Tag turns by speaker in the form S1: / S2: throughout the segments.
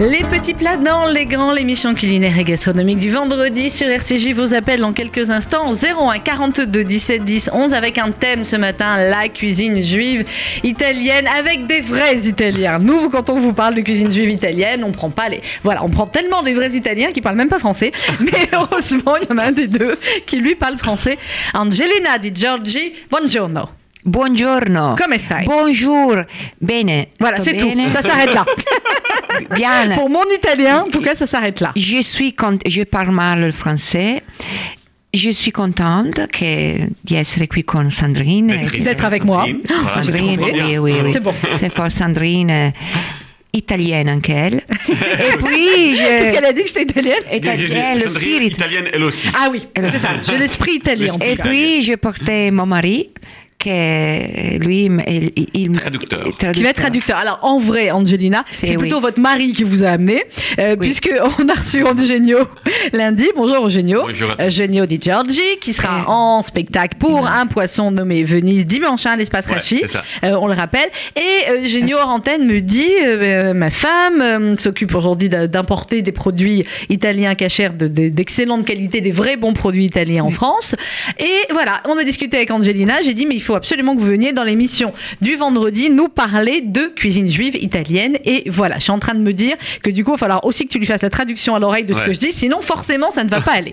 S1: Les petits plats dans les grands, l'émission culinaire et gastronomique du vendredi sur RCJ vous appelle dans quelques instants au 01 42 17 10 11 avec un thème ce matin, la cuisine juive italienne avec des vrais Italiens. Nous, quand on vous parle de cuisine juive italienne, on prend pas les... Voilà, on prend tellement des vrais Italiens qui parlent même pas français, mais heureusement, il y en a un des deux qui lui parle français. Angelina Di Giorgi, buongiorno.
S2: Buongiorno.
S1: Come stai?
S2: Bonjour. Bene.
S1: Voilà,
S2: Sto
S1: c'est tout.
S2: bene.
S1: Ça s'arrête là.
S2: Bien.
S1: Pour mon italien, en tout cas, ça s'arrête là.
S2: Je suis cont- je parle mal le français. Je suis contente que di essere qui con Sandrine. Ah,
S3: D'être ici
S1: D'être avec moi.
S3: Sandrine.
S1: Oh,
S3: Voilà,
S1: ça, je
S3: d'être
S2: Sandrine,
S1: comprends
S3: avec
S1: bien.
S2: oui,
S3: moi.
S2: oui, oui.
S1: C'est bon.
S2: C'est fort Sandrine, euh, italienne anche elle. Et puis,
S1: Qu'est-ce
S2: je...
S1: qu'elle a dit que j'étais italienne
S3: Bien, j'ai- j'ai-
S2: italienne, le
S3: Sandrine,
S2: spirit.
S3: italienne, elle aussi.
S1: Ah oui, c'est ça. J'ai l'esprit italien. en tout
S2: Et
S1: cas.
S2: puis, je portais mon mari, que lui, il... il-
S3: Traducteur.
S1: Qui va être traducteur. Alors en vrai, Angelina,
S2: C'est
S1: c'est
S2: oui.
S1: plutôt votre mari qui vous a amené, euh, puisque on a reçu Eugenio lundi. Bonjour Eugenio.
S3: Bonjour à tous.
S1: Eugenio Di Giorgi, qui sera
S2: Ouais.
S1: en spectacle pour un poisson nommé Venise dimanche hein, à l'espace
S3: Ouais,
S1: Rachi.
S3: c'est ça.
S1: Euh, on le rappelle. Et euh, Eugenio hors antenne me dit, euh, euh, ma femme euh, s'occupe aujourd'hui d'a- d'importer des produits italiens cachers de- de- d'excellente qualité, des vrais bons produits italiens en France. Et voilà, on a discuté avec Angelina. J'ai dit, mais il faut absolument que vous veniez dans l'émission du vendredi nous parler de cuisine juive italienne. Et voilà, je suis en train de me dire que du coup, il va falloir aussi que tu lui fasses la traduction à l'oreille de ce
S3: Ouais.
S1: que je dis, sinon forcément, ça ne va pas aller.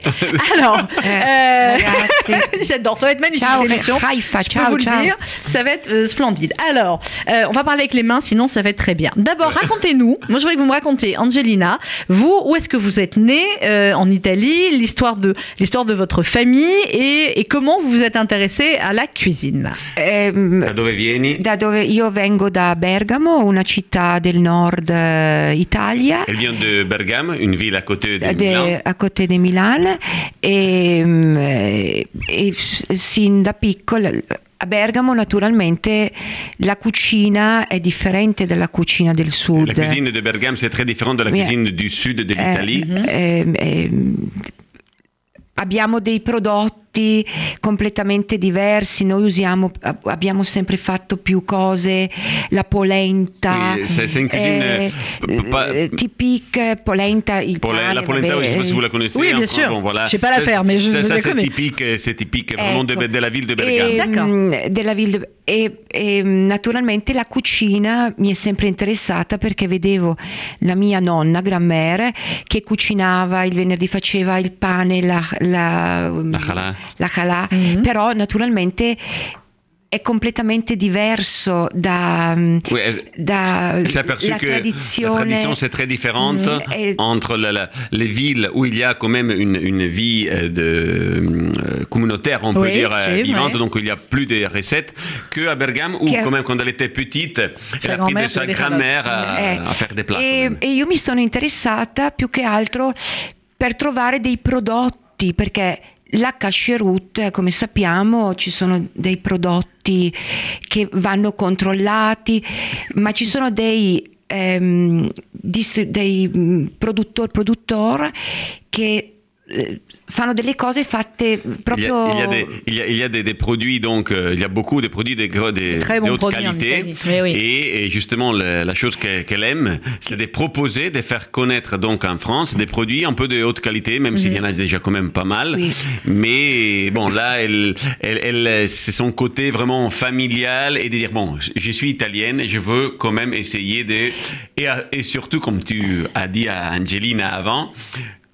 S1: Alors, euh,
S2: Grazie.
S1: j'adore, ça va être magnifique
S2: Ciao,
S1: l'émission.
S2: Haifa,
S1: Je peux
S2: Bah, ciao,
S1: vous le
S2: ciao.
S1: dire, ça va être euh, splendide. Alors, euh, on va parler avec les mains, sinon ça va être très bien. D'abord, racontez-nous. Moi, je voulais que vous me racontiez, Angelina, vous, où est-ce que vous êtes née euh, en Italie, l'histoire de l'histoire de votre famille et, et comment vous vous êtes intéressée à la cuisine.
S2: Ehm,
S3: Da dove vieni?
S2: da dove io vengo da Bergamo, una città del nord eh, Italia,
S3: Elle vient de Bergame, une ville à côté de
S1: Ah,
S2: de-
S3: Milan.
S2: a côté di Milano e, mm, eh, e s- sin da piccola a Bergamo naturalmente la cucina è differente dalla cucina del sud.
S3: La cuisine de Bergame, c'est très différent de la
S2: Oui.
S3: cuisine du sud
S1: Euh,
S3: de
S2: Eh,
S3: l'Italie.
S1: mm,
S2: ehm, ehm, abbiamo dei prodotti completamente diversi, noi usiamo, ab- abbiamo sempre fatto più cose, la polenta,
S3: Oui, c'est- c'est une cuisine,
S2: eh,
S3: euh, p- pas-
S2: eh, typique, polenta, il
S3: Pour la,
S2: pane,
S3: la polenta,
S2: vabbè, eh,
S3: oui, je ne sais pas si vous la connaissez.
S1: ah, euh, Oui, bien
S3: en
S1: sûr.
S3: France, voilà.
S1: Je sais pas la
S3: Ça,
S1: faire, mais je-
S3: ça,
S1: je
S3: ça,
S1: la
S3: c'est
S1: connais.
S3: typique, euh, c'est typique
S2: Ecco.
S3: vraiment de, de la ville de
S2: E,
S3: Bergame.
S1: D'accord.
S2: mh, della ville- e- e, mh, naturalmente la cucina mi è sempre interessata perché vedevo la mia nonna, grand-mère, che cucinava il venerdì, faceva il pane, la, la,
S3: La challah.
S2: la challah,
S1: Mhm.
S2: però naturalmente è completamente diverso da, mh,
S3: Oui, elle-
S2: da
S3: Elle s'est aperçue
S2: Euh, la
S3: que
S2: tradizione.
S3: la tradition, c'est très différente
S2: Mm, et-
S3: entre la- la- les villes où il y a quand même une, une vie euh, de, euh, communautaire, on peut
S1: Oui,
S3: dire, euh,
S1: oui,
S3: vivante,
S1: ouais.
S3: donc il n'y a plus de recettes qu'à Bergame, où
S2: Qu'à-
S3: quand même quand elle était petite, elle a appris
S1: grand-mère
S3: de sa
S1: faisait des salades.
S3: grand-mère à,
S2: Eh,
S3: à faire des plats. quand
S2: E,
S3: même.
S2: e io mi sono interessata più che altro per trovare dei prodotti, perché la casherut, come sappiamo, ci sono dei prodotti che vanno controllati, ma ci sono dei, ehm, distri- dei mm, produttor, produttor che eh, fanno delle cose fatte
S3: Il y, a,
S2: proprio
S3: il y a des, il y a- il y a des- des produits, donc euh, il y a beaucoup de produits de, gro- des-
S1: Des très bons
S3: de haute
S1: produits en
S3: qualité.
S1: Italie, mais oui.
S3: et, et justement, le- la chose que- qu'elle aime, c'est de proposer, de faire connaître donc en France des produits un peu de haute qualité, même s'il y en
S1: Mhm.
S3: a déjà quand même pas mal.
S2: Oui.
S3: Mais bon, là, elle, elle, elle- c'est son côté vraiment familial et de dire bon, je- je suis italienne, je veux quand même essayer de. Et, à- et surtout, comme tu as dit à Angelina avant,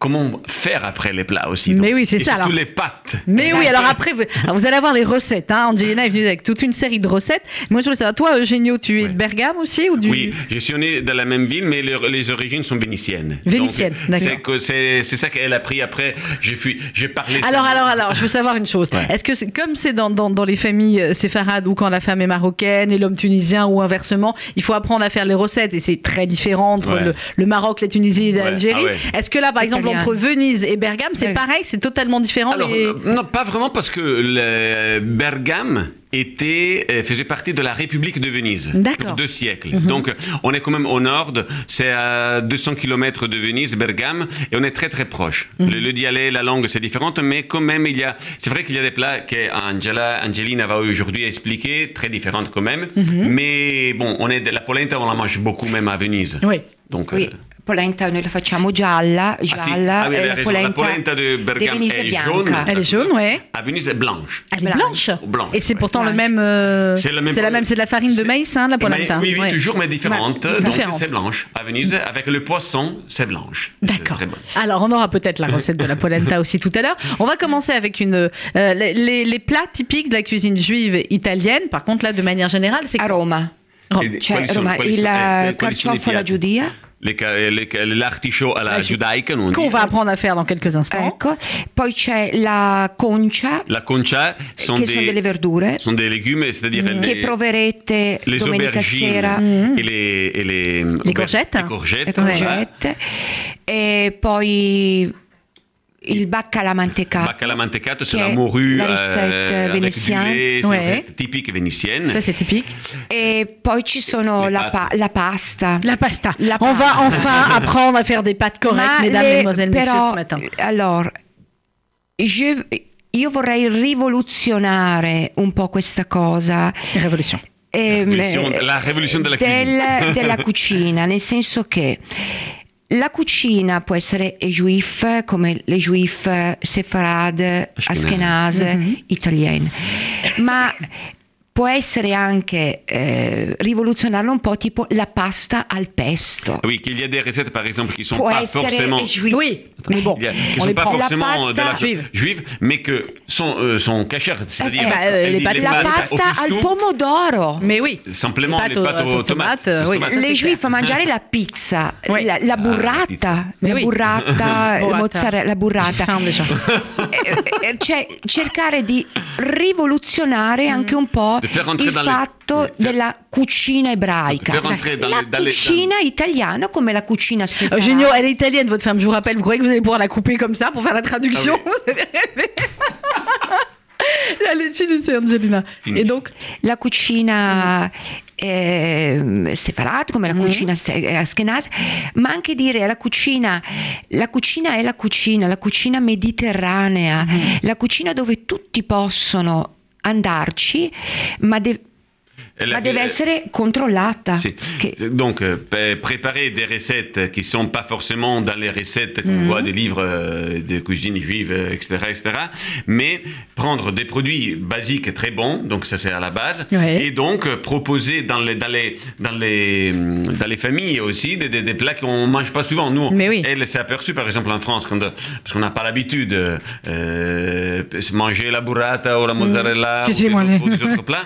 S3: comment faire après les plats aussi.
S1: Mais oui, c'est
S3: et
S1: ça,
S3: Surtout
S1: alors.
S3: les pâtes.
S1: Mais oui, alors après, vous, alors vous allez avoir les recettes. Hein. Angelina est venue avec toute une série de recettes. Moi, je voulais savoir, toi, Eugenio, tu es
S3: Ouais.
S1: de Bergame aussi ou du...
S3: Oui, je suis né dans la même ville, mais le- les origines sont vénitiennes.
S1: Vénitiennes,
S3: Donc,
S1: d'accord.
S3: c'est que- C'est c'est ça qu'elle a pris après. J'ai fui- j'ai parlé.
S1: Alors,
S3: seulement-
S1: alors, alors, je veux savoir une chose.
S3: Ouais.
S1: Est-ce que, c'est- comme c'est dans, dans, dans les familles euh, séfarades où quand la femme est marocaine et l'homme tunisien ou inversement, il faut apprendre à faire les recettes et c'est très différent entre
S3: Ouais.
S1: le, le Maroc, la Tunisie et
S3: Ouais,
S1: l'Algérie.
S3: ah ouais.
S1: Est-ce que là, par exemple,
S2: Italien.
S1: entre Venise et Bergame, c'est
S2: Ouais.
S1: pareil, c'est totalement différent
S3: Alors,
S1: les-
S3: euh, non, pas vraiment parce que le Bergame était, euh, faisait partie de la République de Venise
S1: D'accord.
S3: pour deux siècles. Donc, on est quand même au nord, de- c'est à 200 km de Venise, Bergame, et on est très très proche. le, le dialecte, la langue, c'est différente, mais quand même, il y a, c'est vrai qu'il y a des plats que Angela, Angelina va aujourd'hui expliquer, très différentes quand même, mais bon, on est de la polenta, on la mange beaucoup même à Venise.
S1: Oui.
S3: Donc,
S2: Oui,
S3: euh,
S2: polenta noi la facciamo gialla,
S3: Ah, si.
S2: gialla
S3: Ah oui, elle
S2: e
S3: a
S2: la
S3: raison.
S2: polenta,
S3: La polenta de Bergame
S2: Venise
S3: est
S2: bianca.
S3: jaune.
S1: Elle est jaune, ouais.
S3: euh, À Venise, elle est blanche.
S1: Elle est
S2: Blanche.
S1: blanche.
S3: Blanche,
S1: Et c'est
S3: ouais.
S1: pourtant le
S2: Blanche.
S1: même. euh,
S3: C'est la même polenta.
S1: C'est de la farine de
S3: C'est-
S1: maïs, hein, la polenta.
S3: Mais- oui, oui,
S1: ouais.
S3: toujours, mais différente.
S1: Ouais,
S3: Donc,
S1: différente.
S3: c'est blanche. À Venise, avec le poisson, c'est blanche. C'est
S1: D'accord.
S3: très bon.
S1: Alors, on aura peut-être la recette de la polenta aussi tout à l'heure. On va commencer avec une, euh, les, les- les plats typiques de la cuisine juive italienne. Par contre, là, de manière générale, c'est
S2: a Roma.
S1: Oh,
S3: Et
S2: Cioè,
S3: quali sono-
S2: Roma,
S3: quali
S2: il
S3: sono- eh, quali sono i
S2: carciofo alla
S3: piatti?
S2: giudia,
S3: Le ca- le ca- L'artichaut à la
S1: Ah, je-
S3: giudaica, non
S1: qu'on
S3: dit.
S1: va apprendre à faire dans quelques
S3: Eh?
S1: instants.
S2: ecco. Poi c'è la concia,
S3: La concia sont
S2: che sono
S3: des,
S2: delle verdure,
S3: sont des légumes,
S1: Mm.
S3: c'est-à-dire
S2: che
S3: les,
S2: proverete
S3: les
S2: domenica
S3: aubergines
S2: sera.
S3: et les, et les,
S1: Les courgettes.
S3: Les courgettes.
S2: le
S3: voilà.
S2: courgette e poi il baccalà mantecato
S3: Baccalà mantecato, c'est
S2: che
S3: la
S2: è
S3: morue
S2: la
S3: euh,
S2: ricette
S3: avec
S2: veneziana.
S3: du lait, c'est une
S1: Ouais.
S3: recette typique vénitienne.
S1: Ça, c'est typique.
S2: e poi ci sono
S3: Le
S2: la, pa- la pasta
S1: La pasta.
S2: La
S1: on
S2: pasta.
S1: va enfin apprendre à faire des pâtes correctes,
S2: Ma
S1: mesdames,
S2: le-
S1: mesdemoiselles, messieurs,
S2: però,
S1: ce matin.
S2: allora je- io vorrei rivoluzionare un po' questa cosa
S1: Révolution.
S2: ehm,
S3: Rivoluzione- la rivoluzione della cucina.
S2: della cucina, nel senso che la cucina può essere juif come le juif sefarad,
S3: Ashkenaz.
S2: ashkenaz, italiane, ma può essere anche eh, rivoluzionarla un po' tipo la pasta al pesto.
S3: Oui, qu'il y a des recettes, par exemple, qui sont
S2: Può
S3: pas
S2: essere
S3: forcément...
S2: juif.
S1: Oui, mais bon,
S3: Il y a- qui
S1: on
S3: sont
S1: les
S3: pas
S1: prend.
S2: La
S3: forcément
S2: pasta
S3: euh, de la
S1: juive.
S3: juive, mais que sont, euh, sont cachères, c'est-à-dire
S1: Eh ben, euh,
S3: elle
S1: les
S3: dit
S1: pâtes-
S2: La
S1: Pâte
S2: pasta
S3: au
S2: al
S3: pesto,
S2: pomodoro.
S1: Mais oui.
S3: Simplement
S1: Les
S3: les
S1: pâtes aux-
S3: pâtes
S1: aux
S3: aux tomates.
S1: tomates, euh, oui.
S3: tomates.
S1: ça, c'est
S2: Le juif
S1: clair.
S2: a mangiare la pizza,
S1: Oui.
S2: la, la burrata,
S3: Ah, pizza.
S1: Mais
S2: la
S1: oui.
S2: burrata, la
S1: Burrata.
S2: mozzarella, la
S1: J'ai
S2: burrata.
S1: faim déjà.
S2: Eh, eh, cioè, cercare di rivoluzionare anche un po'
S3: Di far entrare
S2: il
S3: dalle-
S2: fatto
S3: Di far-
S2: della cucina ebraica.
S3: Faire entrer dans
S2: la
S3: les- dans les-
S2: cucina italiana come la cucina
S1: Euh,
S2: sefarade.
S1: Génio, elle est italienne, votre femme. Je vous rappelle, vous croyez que vous allez pouvoir la couper comme ça pour faire la traduction
S3: Ah oui.
S1: Vous avez rêvé. Allez, finissez, Angelina.
S3: Finish.
S1: Et donc,
S2: La cucina ehm, sefarad, come la cucina se- ashkenaz, ma anche dire la cucina, la cucina è la cucina, la cucina mediterranea, la cucina dove tutti possono andarci, ma, de-
S3: Elle
S2: ma
S3: a-
S2: deve essere controllata.
S3: Si.
S2: Che-
S3: Donc, euh, p- préparer des recettes qui sont pas forcément dans les recettes
S1: Mhm.
S3: qu'on voit des livres euh, de cuisine juive, euh, etc., etc., mais prendre des produits basiques très bons, donc ça c'est à la base,
S1: Ouais.
S3: et donc euh, proposer dans les, dans, les, dans, les, hum, dans les familles aussi des, des- des plats qu'on mange pas souvent. Nous,
S1: Mais oui.
S3: elle s'est aperçue, par exemple, en France, quand, euh, parce qu'on n'a pas l'habitude euh, euh, manger la burrata ou la mozzarella
S1: Qu'est-ce
S3: ou
S1: que moi, Mhm.
S3: des
S1: les-
S3: autres- ou des autres plats.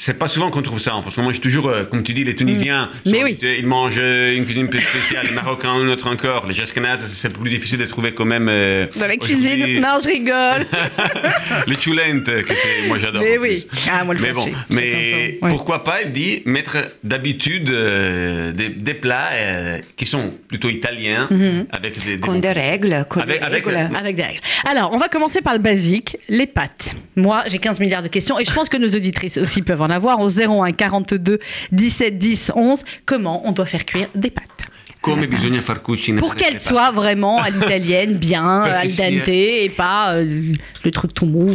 S3: C'est pas souvent qu'on trouve ça, hein, parce qu'on mange toujours, euh, comme tu dis, les Tunisiens. sont
S1: Mm. Mais oui.
S3: habitués, Ils mangent euh, une cuisine plus spéciale, les Marocains une autre encore. Les Ashkenazes, c'est plus difficile de trouver quand même. euh,
S1: dans la
S3: aujourd'hui.
S1: cuisine. Non, je rigole.
S3: le choulent, que c'est, moi j'adore.
S1: Mais
S3: en
S1: oui.
S3: plus.
S1: Ah, moi, le
S3: Mais
S1: fâché.
S3: bon,
S1: Chacun
S3: mais
S1: son- ouais.
S3: pourquoi pas, il dit, mettre d'habitude euh, des, des plats euh, qui sont plutôt italiens,
S1: Mm-hmm.
S3: avec des. des
S2: Con
S3: bons-
S2: delle regole, con
S3: Avec-
S2: le
S3: avec-
S2: regole.
S1: Avec des règles. Alors, on va commencer par le basique, les pâtes. Moi, j'ai 15 milliards de questions et je pense que nos auditrices aussi peuvent en avoir au 01 42 17 10 11. Comment on doit faire cuire des pâtes
S3: Come bisogna far cucinare
S1: Pour
S3: le
S1: qu'elles
S3: pâtes.
S1: soient vraiment à l'italienne, bien,
S3: Parce
S1: al
S3: qu'ici,
S1: dente et pas euh, le truc tout mou.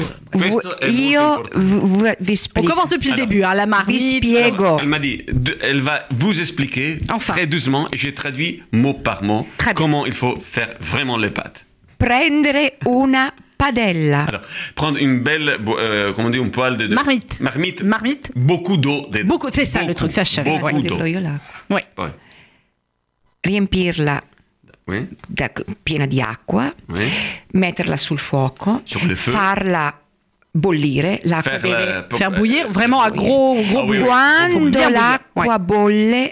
S2: Vu-
S3: Questo è molto
S2: io
S3: importante.
S2: vu- vu- vi
S1: On
S2: spiego.
S1: commence depuis le début, hein, la
S2: Vi
S1: marmite.
S2: spiego.
S3: Alors, elle m'a dit, de- elle va vous expliquer
S1: Enfin.
S3: très doucement, et j'ai traduit mot par mot
S1: Très bien.
S3: comment il faut faire vraiment les pâtes.
S2: Prendere una padella.
S3: Alors, prendre une belle, bo- euh, comment on dit, un poêle de, de-
S1: Marmite.
S3: marmite,
S1: Marmite.
S3: beaucoup d'eau dedans.
S1: Beaucoup- c'est ça, le
S3: Beaucoup,
S1: truc, ça, je savais.
S3: Beaucoup
S2: Guardi,
S3: d'eau.
S2: io l'acqua.
S1: Ouais.
S3: Ouais.
S2: Riempirla
S3: Oui,
S2: da- piena di acqua.
S3: oui.
S2: metterla sul fuoco,
S3: Sur le feu.
S2: farla bollire, l'acqua
S3: Faire,
S2: deve...
S3: euh, pour-
S1: Faire bouillir
S3: euh,
S1: vraiment à gros, gros
S3: Ah
S1: bouillon.
S3: oui, oui.
S1: Faut bien
S2: Quando
S1: bouillir.
S2: l'acqua
S1: Ouais.
S2: bolle,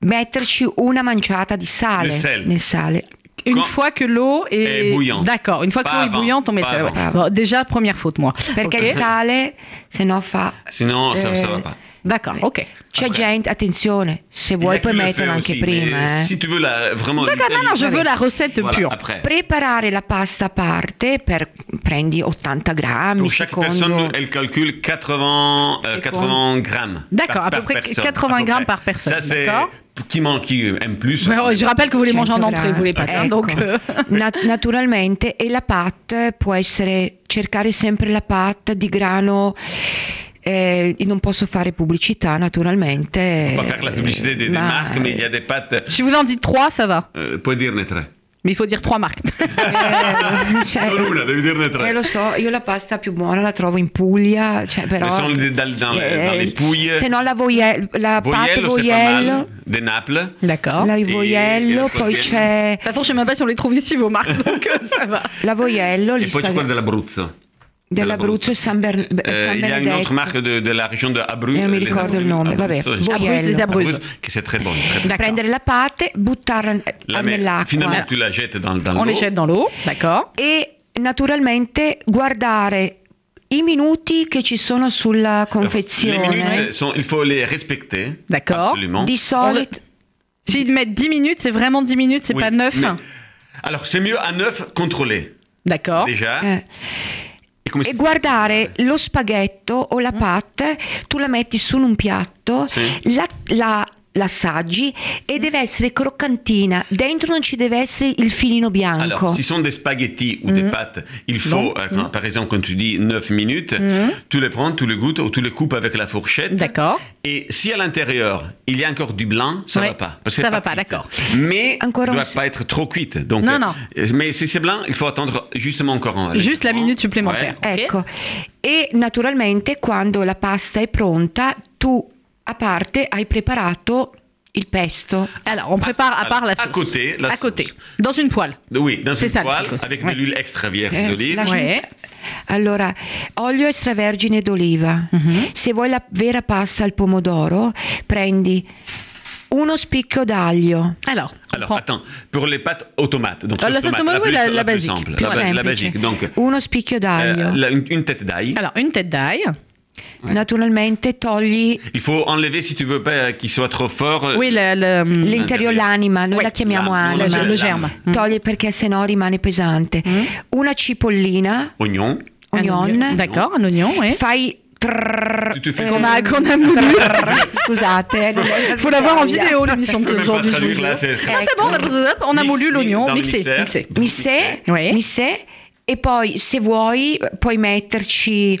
S2: metterci una manciata di sale
S3: Le sel.
S2: nel sale.
S1: Une
S3: Quand-
S1: fois que l'eau est...
S3: Est bouillante.
S1: D'accord, une fois que
S3: Pas
S1: l'eau est
S3: avant,
S1: bouillante, on met
S3: pas
S1: ça. ouais.
S2: avant.
S1: Bon, déjà, première faute, moi.
S2: Perché
S1: Ok.
S2: il sale, se no fa...
S3: Sinon, ça
S2: Eh,
S3: ne
S1: Euh,
S3: va pas.
S1: D'accord, ok.
S2: C'è
S3: Après.
S2: gente, attenzione, se
S3: Il y
S2: vuoi
S3: a qui
S2: puoi
S3: le
S2: metterlo
S3: fait
S2: anche
S3: aussi, mais
S2: prima. eh.
S3: Si tu veux la, vraiment.
S1: D'accord, non,
S3: l'Italie-
S1: non, je veux la recette
S3: Voilà,
S1: pure.
S3: Après.
S2: Preparare la pasta a parte, per, prendi 80 grammi,
S3: Donc, chaque
S2: secondo...
S3: personne, elle calcule 80, euh,
S2: C'est
S3: 80 grammes.
S1: D'accord,
S3: par-
S1: à peu
S3: par
S1: près
S3: personne,
S1: 80
S3: à peu
S1: grammes
S3: près.
S1: par personne,
S3: Ça, c'est
S1: d'accord.
S3: qui manque, qui euh, aime plus.
S1: Mais, ouais, je rappelle que vous les mangez en
S2: 100
S1: entrée, vous les pâtes. hein,
S2: grammi.
S1: donc,
S2: Ecco.
S1: euh,
S2: Na- naturalmente, e la pat può essere cercare sempre la pat di grano Eh, non posso fare pubblicità naturalmente.
S3: On va faire la pubblicité des, des
S2: Ma-
S3: marques, mais il y a des pâtes.
S1: Si vous en dites trois, ça va.
S3: Euh, puoi dirne tre.
S1: Mais il faut dire trois marques.
S2: Eh, cioè,
S3: Solo una, devi dirne tre.
S2: eh, lo so, io la pasta più buona la trovo in Puglia, cioè, però...
S3: Le sono le- dal- dans, le-
S2: eh,
S3: dans les Pouilles.
S2: Se no la, voie- la pâte
S3: Voiello, c'est pas mal.
S2: voiello,
S3: De Naples.
S1: D'accord.
S2: la
S1: De
S3: E- e
S2: voiello,
S3: la
S2: poi
S3: troisième.
S2: c'è
S1: toute façon, je sais même pas si on les trouve ici, vos marques, donc euh, ça va.
S2: la voiello, gli
S3: Et poi c'è
S2: spaghetti-
S3: quella dell'Abruzzo.
S2: dell'Abruzzo e San, Bern- San
S3: Euh, il y a une
S2: Benedetto.
S3: autre marque de, de la région de Abru.
S2: Eh, mi
S3: les
S2: ricordo
S3: Abru-
S2: il nome, vabbè.
S3: Abruzzo, diciamo.
S2: Voi-
S1: Abruzes, les
S3: Abruzzo,
S1: Abruzes.
S3: che c'est très bon. très bon.
S1: D'accord.
S2: Prendere la pate, buttarla eh,
S3: La mets-
S2: nell'acqua.
S3: Finalement, tu la jettes dans, dans
S1: On les
S3: l'eau.
S1: jette dans l'eau, d'accord.
S2: e naturalmente guardare i minuti che ci sono sulla
S3: Alors, Les
S2: confezione.
S3: minutes, sont, il faut les respecter.
S1: D'accord.
S3: Absolument.
S2: Di solito
S1: S'ils mettent 10 minutes, c'est vraiment 10 minutes, c'est
S3: Oui,
S1: pas 9.
S3: mais- alors, c'est mieux à neuf contrôlé,
S1: D'accord. Euh,
S3: déjà.
S2: eh,
S3: Et, comme-
S2: e guardare lo spaghetto o la pâte, tu la metti su un piatto,
S3: Sì.
S2: la, la- l'assaggi e deve essere croccantina. Dentro non ci deve essere il filino bianco.
S3: Alors, si sont des spaghettis ou
S1: Mhm.
S3: des pâtes, il faut, euh, quand- par exemple, quand tu dis 9 minutes, tu les prends, tu les goûtes ou tu les coupes avec la fourchette.
S1: Mhm. D'accord.
S3: Et si à l'intérieur, il y a encore du blanc, ça
S1: Ouais,
S3: va pas. parce que
S1: ça
S3: c'est
S1: va pas,
S3: cuite.
S1: d'accord.
S3: Mais
S2: Encore
S3: ne
S2: un-
S3: doit pas être trop cuite. Donc,
S1: Non,
S3: euh,
S1: non.
S3: euh, Mais si c'est blanc, il faut attendre justement encore un
S1: Juste la
S3: légèrement.
S1: minute supplémentaire. Ok.
S3: Ouais.
S2: Ecco, e naturalmente quando la pasta è pronta, tu a parte hai preparato il pesto.
S1: Alors, on prépare à,
S3: alors,
S1: part la
S3: à
S1: sauce.
S3: côté, la
S1: À côté.
S3: sauce.
S1: Dans une poêle.
S3: Oui, dans
S1: C'est
S3: une
S1: ça, le
S3: poêle
S1: truc aussi.
S3: avec
S1: Ouais.
S3: de l'huile extra vierge
S2: Eh,
S3: d'olive.
S2: lasciami-
S1: Ouais.
S2: Allora, olio extravergine d'oliva.
S3: Mhm.
S2: Se vuoi la vera pasta al pomodoro, prendi uno spicchio d'aglio.
S1: Alors, on
S3: Alors,
S1: prend-
S3: attends, pour les pâtes aux tomates. Donc,
S1: Ah,
S3: sauce
S1: la sauce
S3: tomate,
S1: tomate, oui,
S3: plus-
S1: la- la
S3: plus
S1: basique,
S3: simple,
S1: plus
S3: la, Eh, ba- la
S2: semplice.
S3: basique. Donc, euh,
S2: Uno spicchio d'aglio.
S3: la- une, une tête d'ail.
S1: Alors, une tête d'ail.
S2: Naturalmente togli
S3: Il faut enlever, si tu veux pas qu'il soit trop fort, euh,
S1: Oui, le- hum, le-
S2: l'intérieur,
S3: L'intérieur.
S2: l'anima, noi
S1: Ouais.
S2: la chiamiamo
S3: La- Mm.
S1: le,
S2: anima.
S1: le
S3: l'âme.
S1: germe.
S2: Togli perché sennò rimane pesante. Una cipollina,
S3: oignon.
S1: Un
S2: onion.
S1: D'accord, un oignon, oui.
S2: Fai eh,
S3: Tu te fais
S1: Qu'on
S3: comment
S1: a, qu'on a moulu.
S2: Scusate, eh,
S1: Il faut l'avoir en vidéo, l'émission de
S3: Je
S1: ce
S3: peux même
S1: jour
S3: pas
S1: du
S3: traduire,
S1: jour.
S3: là, c'est-
S1: Ah, c'est bon, hop, on a
S3: Mix-
S1: moulu l'oignon,
S3: dans le
S1: mixé,
S3: mixeur.
S1: mixé.
S2: Mixè,
S1: Oui.
S2: mixè, e poi se vuoi puoi metterci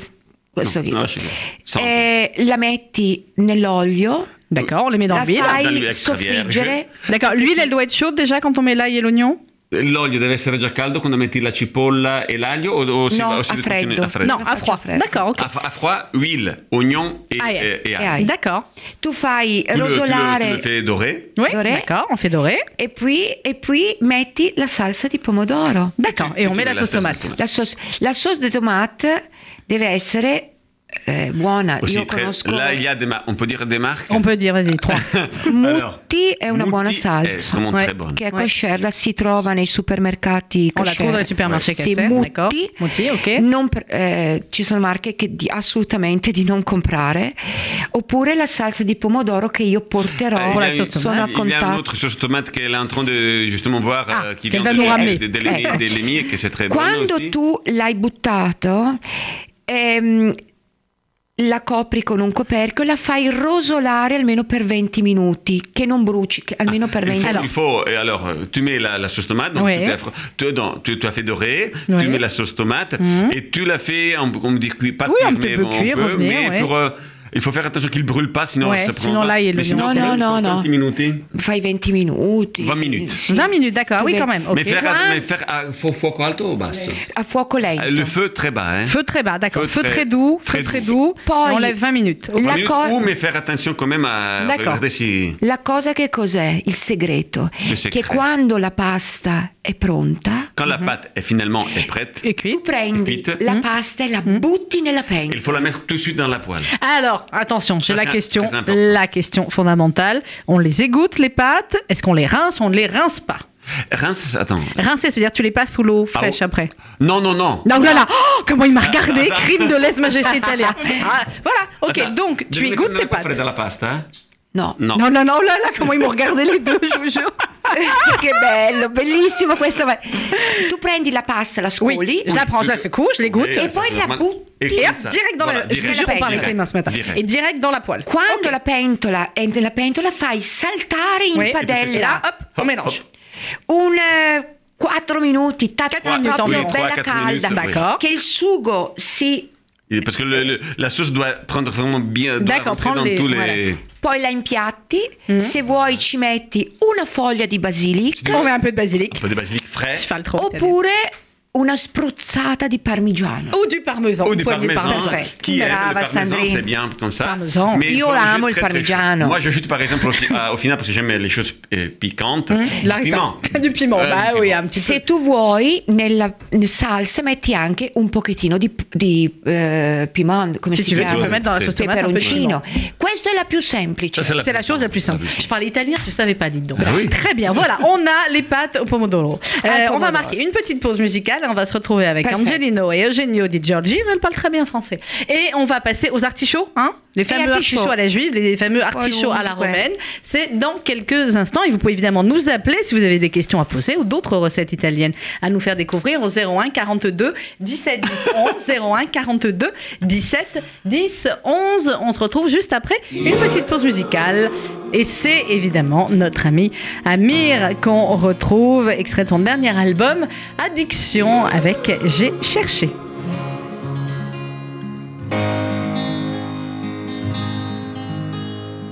S2: questo
S3: No,
S2: vino.
S3: no, scelgo. Sante.
S2: Eh, la metti nell'olio,
S1: D'accord, on les met dans
S2: la
S1: le vide.
S3: Dal
S2: fai
S3: vino extra
S2: soffriggere.
S1: D'accord, l'huile, elle doit être chaude déjà quand on met l'ail et l'oignon
S3: L'olio deve essere già caldo quando metti la cipolla e l'aglio o, o si
S2: No,
S3: o si
S2: a
S3: cucina-
S2: freddo.
S3: a freddo?
S1: Non,
S2: la
S1: à
S2: faccio
S1: froid.
S2: frais.
S1: D'accord, ok.
S3: A, f- a froid, huile, oignon et,
S1: Ail.
S3: et- et
S2: E
S3: ail.
S2: ail.
S1: D'accord.
S2: Tu fai
S3: Tu le- tu le- Tu le
S2: rosolare
S3: fais dorer.
S1: Oui,
S2: Doré.
S1: d'accord, on fait dorer.
S2: e poi, e poi metti la salsa di pomodoro.
S1: D'accord, et on
S3: tu
S1: met
S3: mets
S1: la
S3: la
S1: sauce
S3: sauce
S1: tomate.
S3: tomate.
S2: La sauce, la sauce di tomate deve essere eh, buona.
S3: Così,
S2: Io
S3: tre-
S2: conosco
S3: là, il y a des mar- on peut dire des marques.
S1: On peut dire, vas-y, trois.
S3: Alors,
S2: Mutti è una buona
S3: Mutti È
S2: salsa.
S3: vraiment
S1: Ouais.
S3: très bonne. Eh,
S2: che è
S1: Ouais.
S2: kosher, la si trova nei supermercati
S1: On la
S2: kosher.
S1: trouve dans les supermarchés
S2: Sì,
S1: kosher, d'accord.
S2: Mutti,
S1: Ecco. Mutti, ok.
S2: non pr- eh, ci sono marche che di- assolutamente di non comprare, oppure la salsa di pomodoro che io
S3: Euh,
S2: porterò,
S1: Pour la
S3: il y a
S1: sauce
S3: une-
S2: sono a
S1: tomate.
S3: Il y a une
S2: contatto.
S3: autre sauce tomate qu'elle est en train de justement voir
S1: Ah,
S3: euh, qui
S1: qu'elle
S3: vient
S1: va
S3: de,
S1: nous ramener.
S3: de, de l'Emi-
S2: Ecco.
S3: de l'Emi et que c'est très bonne
S2: Quando
S3: aussi.
S2: tu l'hai buttato, ehm, la copri con un coperchio e la fai rosolare almeno per 20 minuti, che non bruci, che almeno per
S3: il
S2: 20
S3: faut,
S2: minuti.
S3: il faut- et alors, euh, tu mets la, la sauce tomate, donc
S1: Ouais.
S3: tu, t'as fr- tu- non, tu- tu as fait
S1: Ouais.
S3: dorer,
S1: Mm -hmm.
S3: tu mets la sauce tomate et tu la fais, on, on dit cuire, pas
S1: Oui,
S3: cuire,
S1: un petit
S3: mais
S1: peu
S3: on
S1: cuire,
S3: peut,
S1: revenir,
S3: mais
S1: ouais.
S3: pour, euh, il faut faire attention qu'il ne brûle pas, sinon
S1: Ouais,
S3: ça prend.
S1: sinon là, il y a le
S3: mais sinon,
S2: Non,
S3: tu
S2: non,
S3: mets
S2: non, non.
S3: 20 minutes. hein.
S2: Fai 20 minuti.
S3: 20 minuti.
S2: Sì.
S1: 20 minutes, d'accord, oui,
S2: Dove-
S1: quand même. ok.
S3: Mais faire,
S2: Quand-
S3: à, mais faire à fo- fuoco alto ou basso
S2: A fuoco lento.
S3: Euh, Le feu très bas. Hein.
S1: Feu très bas, d'accord. Feu,
S3: Feu
S1: très,
S3: très-
S1: doux,
S3: très
S1: feu très
S3: doux.
S1: doux.
S2: Poi-
S1: On lève 20 minutes.
S2: La-
S3: Vingt minutes,
S2: co-
S3: ou mais faire attention quand même à
S1: D'accord.
S3: regarder si.
S2: La cosa che cos'è il segreto?
S3: Il segreto.
S2: Che quando la pasta è pronta,
S3: Quand la pâte est finalement est prête,
S1: Mhm. Et cuit.
S2: tu prendi
S3: Capite?
S2: la pasta e la butti nella
S3: il
S2: pentola.
S3: faut la mettre tout de suite dans la poêle.
S1: Alors, attention, j'ai la
S3: Ça, c'est
S1: question,
S3: très important.
S1: la question fondamentale. On les égoutte, les pâtes Est-ce qu'on les rince On ne les rince pas.
S3: Rince, attends.
S1: Rincer, c'est-à-dire tu les passes sous l'eau fraîche
S3: Ah, oh. Ah.
S1: après.
S3: Non, non, non.
S1: Non, oh là là, oh, comment il m'a regardé, crime de lèse-majesté italienne. voilà, ok,
S3: Attends,
S1: donc tu
S3: devi
S1: égouttes
S3: mettere
S1: tes
S3: un po' fredda
S1: pâtes.
S3: la pasta? eh?
S2: No.
S3: No.
S1: Non, non, non, oh là là, comment ils m'ont regardé les deux, je vous jure.
S2: che bello, bellissimo questo. ma- Tu prendi la pasta, la scoli.
S1: Oui, je la prends, je la fais couche, je l'égoutte.
S3: Oui,
S2: Et
S3: ça,
S2: poi
S3: c'est
S2: la
S3: normal.
S2: boutte.
S3: Et
S1: Et
S3: comme
S1: hop,
S3: ça.
S1: direct dans
S3: Voilà,
S1: la... Je vous
S3: direct.
S1: jure, on parle avec
S3: Direct.
S1: les mains ce matin.
S3: Direct.
S1: Et direct dans la poêle.
S2: Quando
S1: Ok.
S2: la pentola è nella pentola, fai saltare in
S1: Oui. eh, Et là,
S2: padella
S1: hop, on mélange.
S2: un 4 minuti, ta-
S1: Quatre
S2: proprio
S1: minuti environ.
S2: bella
S3: Quattro
S2: calda,
S3: minuti,
S1: D'accord.
S2: che il sugo si
S3: Et Parce que le- le- la sauce doit prendre vraiment bien. doit
S1: D'accord,
S3: rentrer
S1: prendre
S3: dans
S1: les-
S3: tous les.
S1: voilà.
S2: Poi la impiatti,
S1: Mm.
S2: se vuoi ci metti una foglia di basilico
S1: On met un peu de basilic.
S3: Un peu de basilic frais.
S1: Je parle trop italien.
S2: oppure una spruzzata di parmigiano.
S1: Ou du parmesan.
S3: Ou du
S1: poignée de
S3: parmesan.
S2: parmesan.
S3: Qui aime
S2: Brava,
S3: le parmesan,
S2: Sandrine.
S3: c'est bien comme ça.
S1: Parmesan.
S3: il
S2: Io
S3: faut
S2: la
S3: juste
S2: amo il
S3: très, très chaud.
S2: parmigiano.
S3: Moi, j'ajoute par exemple au, fi- à- au final, parce que j'aime les choses euh, piquantes,
S1: La
S3: du piment.
S1: risotto. Hmm? Du piment.
S3: Euh,
S1: bah
S3: du
S1: oui,
S3: piment.
S1: un petit peu.
S2: Se tu vuoi, nella salsa metti anche un pochettino di, di eh, piment, come
S1: Si
S2: si
S1: tu veux, tu
S2: chiama?
S1: peux mettre dans la
S3: C'est-
S1: sauce tomate un peu de piment.
S2: peperoncino. Cioè, Questa è la più semplice.
S3: Ça, c'est la,
S1: C'est la chose la plus simple. Je parle italien, je savais pas, dites donc.
S3: Ah oui. Ah,
S1: Très bien, voilà, on a les pâtes au pomodoro. Euh,
S2: Al
S1: on va
S2: pomodoro.
S1: marquer une petite pause musicale, on va se retrouver avec
S2: Parfait.
S1: Angelino et Eugenio Di Giorgi, mais elle parle très bien français. Et on va passer aux artichauts, hein les fameux artichauts.
S2: artichauts.
S1: à la juive, les fameux artichauts à la
S2: loin, ouais.
S1: romaine. C'est dans quelques instants et vous pouvez évidemment nous appeler si vous avez des questions à poser ou d'autres recettes italiennes à nous faire découvrir au 01 42 17 10 11 01 42 17 10 11. On se retrouve juste après une petite pause musicale et c'est évidemment notre ami Amir qu'on retrouve extrait de son dernier album Addiction avec J'ai cherché.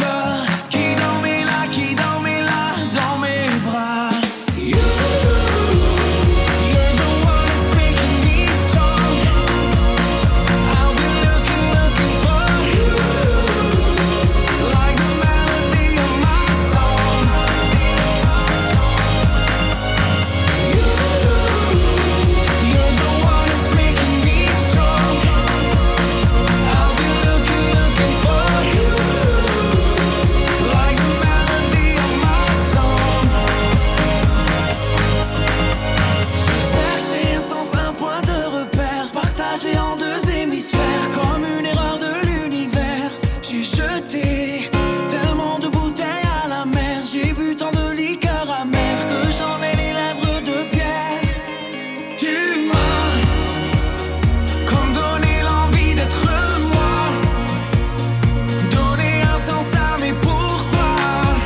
S4: peur qui dormait là, qui dormait là dans mes bras. You, you're the one that's making me strong. I've been looking, looking for you, like the melody of my song. You, you're the one that's making me strong. I've been looking, looking for you, like the melody of my song. J'ai cherché un sens, un point de repère, partagé en deux hémisphères, comme une erreur de l'univers. J'ai jeté tellement de bouteilles à la mer, j'ai bu tant de liqueurs amères que j'en ai les lèvres de pierre. Tu m'as comme donner l'envie d'être moi, donner un sens à mes pourquoi.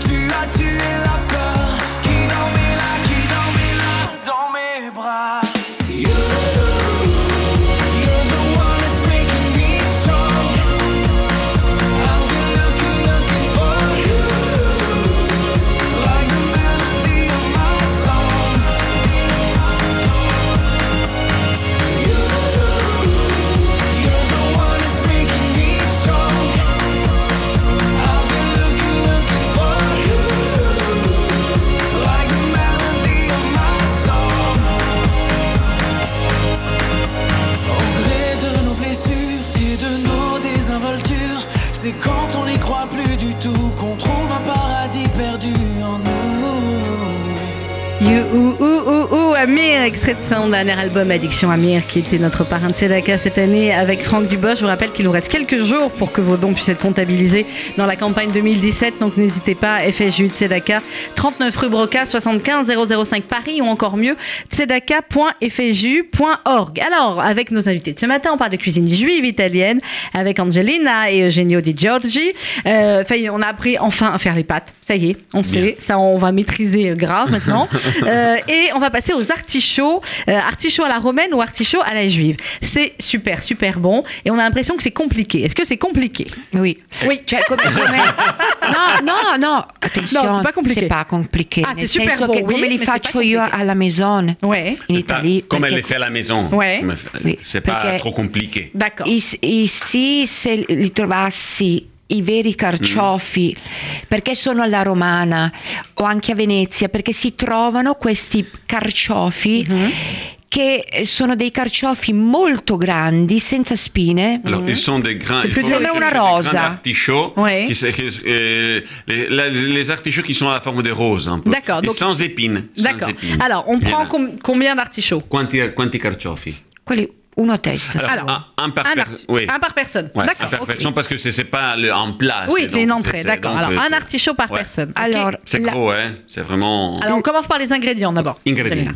S4: Tu as tué la peur qui dormait là, qui dormait là dans mes bras. You, you're the one that's making me strong. I've been looking, looking for you, like the melody of my song. You're the one that's making me strong. I've been looking, looking for you, like the melody of my song. Au gré de nos blessures et de nos désinvoltures, c'est quand on n'y croit plus du tout qu'on trouve un paradis perdu en nous.
S1: You, ou, ou, ou, ou, Amir, extrait de son dernier album Addiction Amir, qui était notre parrain de Sedaka cette année avec Franck Dubos. Je vous rappelle qu'il nous reste quelques jours pour que vos dons puissent être comptabilisés dans la campagne 2017. Donc n'hésitez pas, FSJU de Sedaka, 39 rue Broca, 75 005 Paris ou encore mieux, tzedaka.fju.org. Alors, avec nos invités de ce matin, on parle de cuisine juive italienne avec Angelina et Eugenio Di Giorgi. Euh, ça y est, on a appris enfin à faire les pâtes. Ça y est, on sait.
S3: Bien.
S1: Ça, on va maîtriser euh, grave maintenant. Euh, et on va passer aux artichauts. Euh, artichauts à la romaine ou artichauts à la juive. C'est super, super bon. Et on a l'impression que c'est compliqué. Est-ce que c'est compliqué
S2: Oui.
S1: Oui.
S2: Cioè, come, come- No, no, no, attenzione.
S1: No, c'est pas compliqué.
S2: C'est pas compliqué.
S1: Ah, c'est
S2: nel
S1: super
S2: senso
S1: bon,
S2: che
S1: oui,
S2: come li
S1: mais c'est
S2: faccio
S1: pas
S2: io
S1: compliqué.
S2: alla maison
S1: Ouais.
S2: in
S3: C'est pas-
S2: Italia.
S3: Comme elle les
S2: perché
S3: fait à la maison.
S1: Ouais.
S3: Mais
S2: Oui,
S3: C'est pas
S2: perché-
S3: trop compliqué.
S1: D'accord.
S2: is- Ici, se li trovassi i veri carciofi, perché sono alla Romana o anche a Venezia, perché si trovano questi carciofi che sono dei carciofi molto grandi, senza spine. Mm.
S3: Alors, ils sont des grains.
S1: Mhm. C'est
S3: il
S1: plus
S3: faut
S1: comme
S3: rechercher
S2: una
S3: des grains
S2: rosa.
S3: d'artichauts
S1: Ouais.
S3: qui se- qui- euh, les, la- les artichauts qui sont à la forme des roses. un peu.
S1: D'accord,
S3: Et
S1: donc-
S3: Sans épines. sans
S1: D'accord.
S3: épines.
S1: Alors, on
S3: Bien.
S1: prend com- combien d'artichauts
S3: Quanti, quanti carciofi
S2: Quelli uno test.
S1: Alors,
S3: un, Euh, un par
S1: Un,
S3: per-
S1: arti-
S3: oui.
S1: un par personne.
S3: Ouais, un
S1: D'accord.
S3: par
S1: ok.
S3: personne parce que c'est c'est pas le- en plat.
S1: Oui, c'est une
S3: donc-
S1: entrée.
S3: c'est-
S1: D'accord.
S3: donc,
S1: Alors,
S3: euh,
S1: un
S3: c'est-
S1: artichaut par
S3: ouais.
S1: personne. ok.
S2: Alors,
S3: C'est
S2: la-
S3: gros, hein. C'est vraiment.
S1: Alors, on commence par les ingrédients d'abord.
S3: Ingrédients.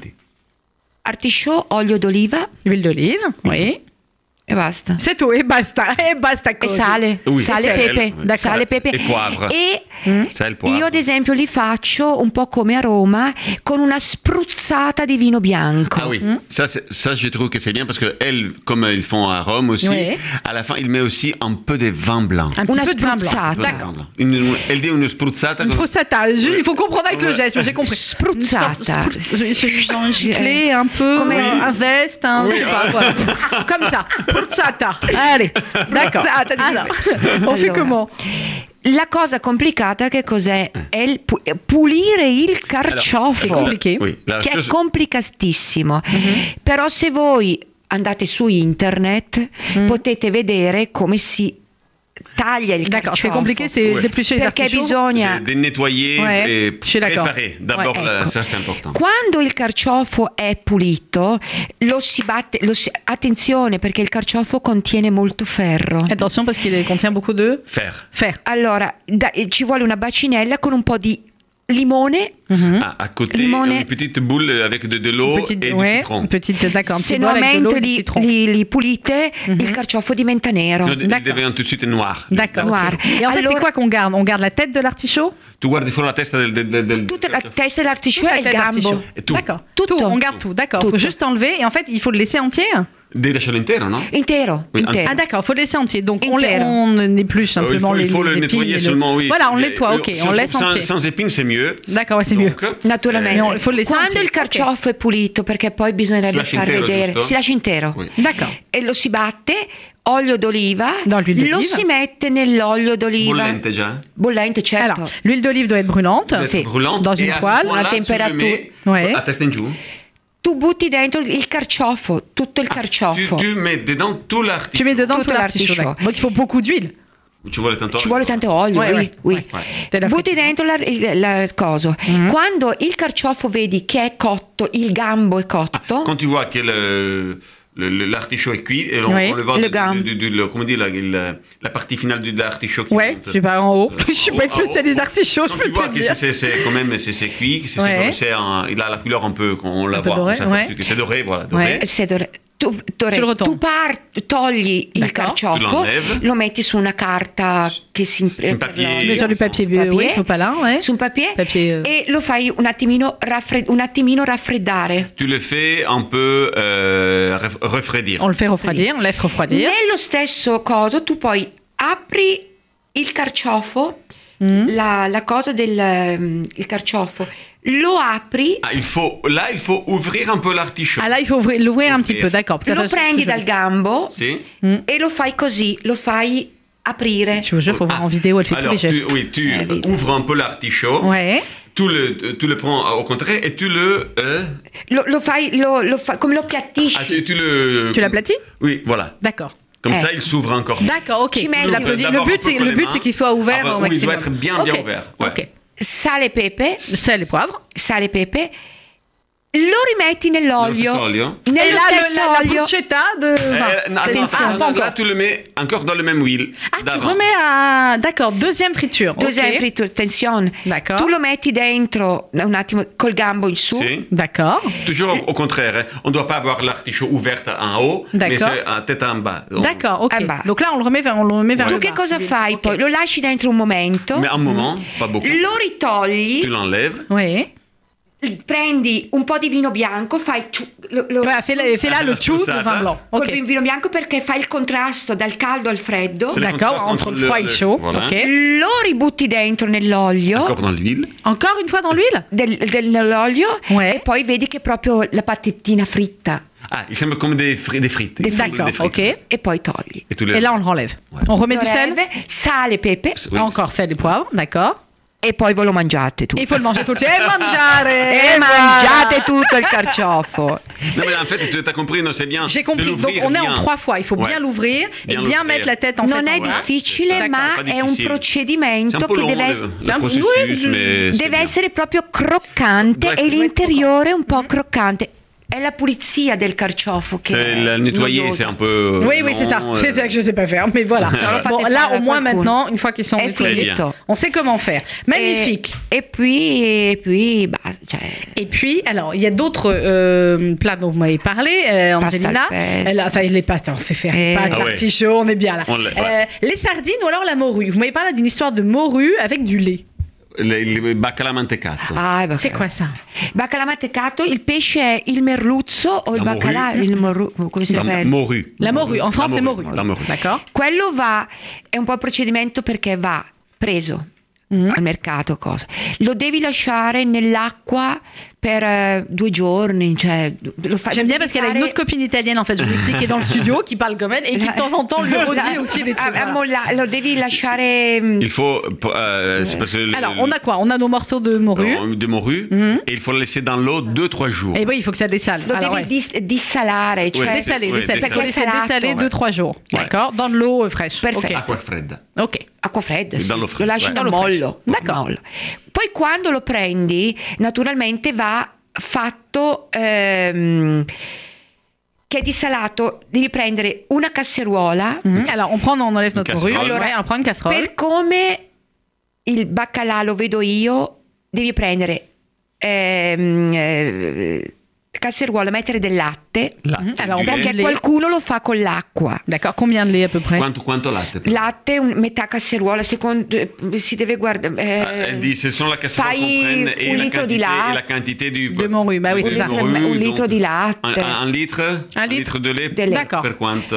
S2: artichaut, olio d'oliva
S1: Huile d'olive, oui.
S2: e basta.
S1: C'est tout, et basta. Et basta
S2: E
S1: così.
S2: sale,
S3: Oui,
S2: sale
S1: sale,
S2: e pepe,
S3: oui,
S2: sale e
S3: sale
S2: pepe.
S3: e poivro.
S2: E
S3: Sel,
S2: io
S3: poivre.
S2: ad esempio li faccio un po' come a Roma con una spruzzata di vino bianco.
S3: Ah oui, ça, c'est- ça je trouve que c'est bien parce que elles, comme ils font à Rome aussi,
S1: Oui.
S3: à la fin, ils mettent aussi un peu de vin blanc.
S1: Un petit
S2: Una
S1: peu de vin blanc.
S2: spruzzata.
S3: Un peu de
S1: D'accord.
S3: vin blanc. Une- elle dit une spruzzata.
S1: Une spruzzata, je- il faut comprendre avec le
S3: Ouais.
S1: geste, mais j'ai compris.
S2: Spruzzata.
S1: Une sorte- spruz- je- je- je- je- Clé un peu,
S2: Comme
S1: euh, un veste, un
S3: Oui. ah.
S1: je sais pas, voilà. comme ça. Spruzzata. Allez, d'accord.
S2: Spruzzata, dis-
S1: Alors, on fait
S2: Allora.
S1: comment
S2: La cosa complicata che cos'è? È il pu- eh, pulire il carciofo.
S1: Allora, compliqué.
S3: Oui, la
S2: che
S3: chose-
S2: è complicatissimo. Però se voi andate su internet potete vedere come si taglia il
S1: D'accord, c'est
S2: carciofo.
S1: compliqué, c'est
S3: Ouais.
S1: d'éplucher les
S2: perché
S1: artichauts.
S2: bisogna
S3: de, de nettoyer
S1: Ouais,
S3: et
S1: je suis d'accord.
S3: préparer. D'abord,
S1: Ouais,
S3: euh,
S2: ecco.
S3: ça c'est important.
S2: Quando il carciofo è pulito, lo si batte. lo si- attenzione perché il carciofo contiene molto ferro.
S1: Attention parce qu'il contient beaucoup de
S3: Faire.
S1: fer.
S2: Allora da- eh, ci vuole una bacinella con un po' di limone.
S3: Ah, à côté,
S2: Limonée.
S3: une petite boule avec de, de
S1: Mhm. Une
S3: l'eau Oh, et
S1: petite,
S3: du
S1: ouais,
S3: citron.
S1: une petite, d'accord, Ecco, un
S2: Se
S1: petit
S2: no,
S1: bol avec de l'eau
S2: mentre
S1: et du
S2: li,
S1: citron.
S2: li- li pulite,
S1: Mhm.
S2: il carciofo diventa nero.
S3: Non, il
S1: D'accord.
S3: devient tout de suite noir.
S1: D'accord.
S2: Noir.
S1: Et en fait, c'est
S2: Alors-
S1: quoi qu'on garde On garde la tête de l'artichaut
S3: Tu guardi solo la testa del... del, del, del-
S2: Tutta la testa dell'artichaut
S1: la
S2: e il
S1: tête d'artichaut.
S2: gambo.
S3: Et tout.
S1: D'accord. Tout.
S2: Tout.
S1: On garde tout. D'accord.
S2: Tout.
S1: Faut juste enlever. Et en fait, il faut le laisser entier.
S3: Devi lasciarlo intero, no?
S2: Intero,
S3: Oui,
S2: intero.
S1: Ah d'accord. Faut le laisser entier. Donc on, les,
S2: Interne.
S1: on épluche
S3: Euh, il
S1: simplement
S3: faut,
S1: les.
S3: il faut
S1: les
S3: le
S1: épines et
S3: nettoyer
S1: le-
S3: seulement, oui.
S1: Voilà, on
S3: Il-
S1: nettoie.
S3: il-
S1: Ok,
S3: surtout
S1: on laisse
S3: sans,
S1: entier.
S3: sans épines, c'est mieux.
S1: D'accord, ouais, c'est mieux.
S3: Donc, euh,
S2: Naturalmente.
S1: Eh, no, il faut le
S2: Quando
S1: sentire.
S2: il carciofo è pulito, perché poi bisognerebbe
S3: Si lascia
S2: far
S3: intero,
S2: vedere,
S3: giusto?
S2: si lascia intero.
S3: Oui.
S1: D'accord.
S2: E lo si batte, olio d'oliva,
S1: No, l'huile d'oliva.
S2: lo si mette nell'olio d'oliva.
S3: Bollente già. eh?
S1: Eh
S2: Bollente, certo.
S1: Alors, l'huile d'olive doit être brûlante.
S3: Doit être
S2: Sì.
S3: brûlante.
S1: Dans
S3: Et
S1: une
S3: à ce
S1: poêle,
S3: moment-là,
S2: la
S3: tu le
S2: température.
S3: mets
S1: Ouais.
S3: À testa in giù.
S2: Tu butti dentro il carciofo, tutto
S3: Ah,
S2: il
S3: Tu,
S2: carciofo.
S3: tu mets dedans tout l'artichaut.
S1: Oh, Tu mets dedans
S2: Tout
S1: tout
S2: à
S1: l'artichaut.
S2: l'artichaut.
S1: d'accord. Donc il faut beaucoup d'huile.
S3: Ci vuole tanto
S2: Ci vuole tanto olio,
S1: Ouais,
S2: oui,
S1: ouais,
S2: oui.
S1: ouais. Te la
S2: Butti
S1: fritti, no?
S2: dentro la- il la- il coso.
S1: Mm-hmm.
S2: Quando il carciofo vedi che è cotto, il gambo è cotto,
S3: Quand tu vois que le- le- le- l'artichaut est cuit, et on,
S1: Oui.
S3: on le voit
S2: Le
S3: du-
S2: gamme.
S3: du- du- le- comment dire, la, il- la partie finale de l'artichaut qui
S1: Ouais.
S3: monte.
S1: Je sais pas en haut. Je suis
S3: Oh,
S1: pas une
S3: oh, oh.
S1: spécialiste d'artichaut. Je
S3: Quand
S1: peux
S3: tu vois
S1: te
S3: que
S1: dire.
S3: c'est- c'est c'est quand même c'est c'est cuit, que c'est c'est
S1: Ouais.
S3: comme c'est un- il a la couleur un peu qu'on la
S1: Un peu
S3: voit,
S1: doré,
S3: on s'aperçoit
S1: ouais.
S3: que c'est doré, voilà, doré.
S1: Ouais.
S2: eh, Se dovre- tu, Tore,
S1: Ce lo rotolo.
S2: tu par- togli il
S1: D'accordo.
S2: carciofo,
S3: Tu lo levi.
S2: lo metti su una carta che si impre-
S3: un papier.
S2: per
S1: Mais
S2: l'olio,
S1: sur du
S3: Sans-
S1: papier,
S2: papier.
S1: oui, faut pas là, ouais.
S2: su un papier,
S1: Papier, euh.
S2: e lo fai un attimino, raffred- un attimino raffreddare.
S3: Tu le fais un peu euh, ref- refroidir.
S1: On le fait refroidir, on laisse refroidir.
S2: Nello stesso coso tu poi apri il carciofo,
S1: Mm.
S2: la, la cosa del ehm, il carciofo, lo apri,
S3: Ah, il faut, là, il faut ouvrir un peu l'artichaut.
S1: Ah là, il faut ouvrir- l'ouvrir un petit
S3: Ouvrir.
S1: peu, d'accord. parce que
S2: lo
S1: ça, je-
S2: prendi
S1: je-
S2: dal gambo
S3: Si
S1: Mm.
S2: e lo fai così, lo fai aprire.
S1: Je vous jure, faut voir
S3: Ah.
S1: en vidéo, elle fait
S3: Alors,
S1: tous les
S3: tu-
S1: gestes.
S3: oui, tu
S2: Eh oui.
S3: ouvres un peu l'artichaut,
S1: Ouais.
S3: tu, le, tu le prends au contraire et tu le... euh,
S2: Lo, lo fai, lo- lo fa- come lo
S3: ah,
S2: appiattisci.
S3: tu, tu le...
S1: Tu l'aplatis
S3: Oui, voilà.
S1: D'accord.
S3: Comme
S2: Eh.
S3: ça, il s'ouvre encore.
S1: D'accord, ok.
S2: Ci
S1: Tu
S2: metti-
S1: l'applaudis. Le
S3: D'abord, un
S1: but,
S3: peu
S1: c'est,
S3: con
S1: le
S3: les
S1: but,
S3: mains.
S1: c'est qu'il soit ouvert
S3: Ah bah
S1: au
S3: oui, il
S1: maximum.
S3: doit être bien, bien
S1: Ok,
S3: ouvert, ouais.
S1: Ok.
S2: sale e pepe,
S1: Sel et poivre.
S2: sale e pepe, lo rimetti
S3: Nello stesso
S2: nell'olio.
S3: olio.
S1: Et
S2: Nello
S1: là, le,
S2: stesso
S1: la, la
S2: olio.
S1: bruschetta de vin.
S3: Euh, non,
S1: C'est-
S3: attends,
S1: ah, pas
S3: attends, là,
S1: encore.
S3: tu le mets encore dans le même huile.
S1: Ah, tu
S3: d'avant.
S1: remets à... D'accord, deuxième friture.
S2: Dos'è
S1: ok.
S2: in frittura? Attenzione.
S1: D'accordo.
S2: Tu lo metti dentro un attimo col gambo in su.
S3: Si.
S1: D'accord.
S3: Toujours au contraire. hein. On ne doit pas avoir l'artichaut ouverte en haut, mais
S1: D'accord.
S3: c'est à tête en bas. On-
S1: D'accord, ok.
S2: Ah bah.
S1: Donc là, on le remet vers, on le remet vers
S2: Tu
S1: le
S2: che
S1: bas.
S2: cosa fai
S1: Ok.
S2: poi? Lo lasci dentro un momento,
S3: Mais un moment, pas beaucoup.
S2: lo
S3: Tu
S2: ritogli,
S3: l'enlèves.
S1: Oui.
S2: prendi un po' di vino bianco, fai ciu- lo- lo-
S1: Voilà, fais, la- fais là
S3: Ah,
S1: le
S3: la
S1: chou de
S3: spruzzata.
S1: vin blanc.
S2: col
S1: Ok.
S2: vino bianco perché fai il contrasto dal caldo al freddo.
S3: C'est le
S1: D'accord,
S3: contraste
S1: entre
S3: entre
S1: le froid et le
S3: le-
S1: chaud.
S3: voilà.
S1: Ok.
S2: Lo ributti dentro nell'olio.
S3: Encore dans l'huile.
S1: Encore une fois dans l'huile
S2: del- del- nell'olio
S1: Ouais.
S2: e poi vedi che è proprio la patettina fritta
S3: Ah, il semble comme des, fri- des frites. Il semble
S1: D'accord,
S3: des frites.
S1: ok. Et
S2: e poi togli.
S3: Et, tu les-
S1: là, on le renlève.
S3: Ouais.
S1: On remet
S2: Lo
S1: du sel
S2: serve, sale, pepe
S3: Oui,
S1: Encore sel et poivre, d'accord.
S2: e poi ve lo mangiate tu.
S1: Il faut le manger tout de suite. Et manger
S2: E mangiate tutto il carciofo.
S3: c'est- Non, mais en fait, tu as compris, non, c'est bien.
S1: J'ai
S3: de
S1: compris. Donc,
S3: l'ouvrir
S1: on est en
S3: bien.
S1: trois fois. Il faut
S3: Ouais.
S1: bien l'ouvrir et
S3: Bien
S1: bien
S3: l'ouvrir.
S1: mettre la tête en
S2: non
S1: fait. en
S2: è
S1: bas.
S2: difficile,
S1: D'accordo.
S2: ma
S3: Pas
S2: è un
S3: difficile. C'est
S2: procedimento
S3: un eh, peu
S2: che
S3: long,
S2: deve,
S3: le-
S2: ess-
S3: le
S1: C'est un-
S3: processus,
S1: oui, je-
S3: mais c'est
S2: deve
S3: bien.
S2: essere proprio croccante
S3: Doit
S2: e
S3: être-
S1: Mm-hmm.
S2: l'interiore un po' croccante. È la pulizia del carciofo che eh,
S3: C'est
S2: è
S3: le nettoyer,
S2: noiosa.
S3: c'est un peu. euh,
S1: Oui, oui, c'est ça.
S3: long, euh,
S1: C'est ça que je sais pas faire, mais voilà.
S2: fate
S1: bon, boh,
S2: fare
S1: là,
S2: a
S1: au moins
S2: qualcuno.
S1: maintenant, une fois qu'ils sont
S2: È
S1: nettoyés,
S3: nettoyé.
S2: finito. Eh,
S1: on sait comment faire. Magnifique.
S2: E, e puis, e puis, bah, cioè,
S1: Et puis, alors, il y a d'autres euh, plats dont vous m'avez parlé, euh,
S2: Pasta al
S1: Angelina.
S2: pesto.
S1: Elle a- Enfin, les pastes, on fait faire
S2: Eh.
S1: pâtes,
S3: Ah ouais.
S1: artichauts, on est bien là.
S3: On l'a- ouais.
S1: Euh, les sardines ou alors la morue. Vous m'avez parlé d'une histoire de morue avec du lait.
S3: le- le baccalà mantecato.
S2: ah,
S1: C'est quoi ça
S2: Baccalà mantecato, il pesce è il merluzzo o il
S3: La morue.
S2: baccalà, il moru, come si
S3: La
S2: chiama?
S3: morue.
S1: La morue. En France,
S3: La
S1: c'est morue.
S3: La morue.
S1: D'accord.
S2: Quello va, è un po' il procedimento perché va preso
S1: Mm.
S2: al mercato, cosa. Lo devi lasciare nell'acqua per eh, due giorni, cioè, lo fa-
S1: Ah, J'aime bien
S2: devi
S1: parce qu'elle a
S2: fare-
S1: une autre copine italienne, en fait, je vous explique, qui est dans le studio, qui parle comme elle et qui de temps en temps lui redit
S2: La-
S1: aussi des trucs. voilà.
S2: Ah, molla- Lo devi lasciare... mm,
S3: Il faut. euh, c'est parce que le-
S1: Alors, on a quoi On a nos morceaux de morue.
S3: euh, de morue
S1: Mhm. Eh
S3: et il faut le laisser dans l'eau 2-3 jours.
S1: Et oui, il faut que ça dessale.
S2: lo
S1: Alors,
S2: devi
S1: Ah, ouais.
S2: dis- dissalare, cioè
S1: Dessaler,
S3: Ouais, Ouais,
S1: dessaler. Il faut
S3: dessaler.
S1: laisser dessaler
S2: Salato.
S1: 2-3 jours.
S3: Ouais. Ah,
S1: D'accord Dans de l'eau euh, fraîche.
S2: Perfetto.
S3: Acqua fredda.
S1: Ok. Ok.
S2: acqua fredda, sì.
S3: Dallo
S2: lo
S3: freddo,
S2: lasci
S3: eh.
S2: nel
S1: Dallo
S2: mollo.
S1: freddo. D'accordo.
S2: mollo. Poi quando lo prendi, naturalmente va fatto ehm, che è dissalato, devi prendere una casseruola
S1: Mhm. Alors, on prend, on enlève notre
S3: Une
S1: morue.
S3: casserole.
S1: Ouais, on prend une casserole.
S2: per come il baccalà lo vedo io, devi prendere ehm, eh, casseruola, mettere del latte,
S3: Latte,
S1: Mhm. Alors,
S3: du
S1: on
S3: lait.
S1: perd
S2: perché
S1: lait.
S2: qualcuno lo fa con l'acqua.
S1: D'accord. Combien de lait à peu près
S3: Quanto, quanto latte?
S2: Latte, un- metà casseruola, secondo, eh, si deve guardare... eh,
S3: Ah,
S1: euh,
S3: elle dit, ce sont la casserole qu'on
S2: fai
S3: prenne et
S2: un
S3: la
S2: litro di
S3: quantité,
S2: latte.
S3: et la quantité du...
S1: De morue, bah oui,
S3: de
S1: c'est ça.
S3: morue,
S2: Un
S3: donc,
S2: litro di latte.
S3: Un, un- un litre Un
S1: litre
S3: litre de lait.
S2: di latte.
S1: D'accord.
S3: Per quanto...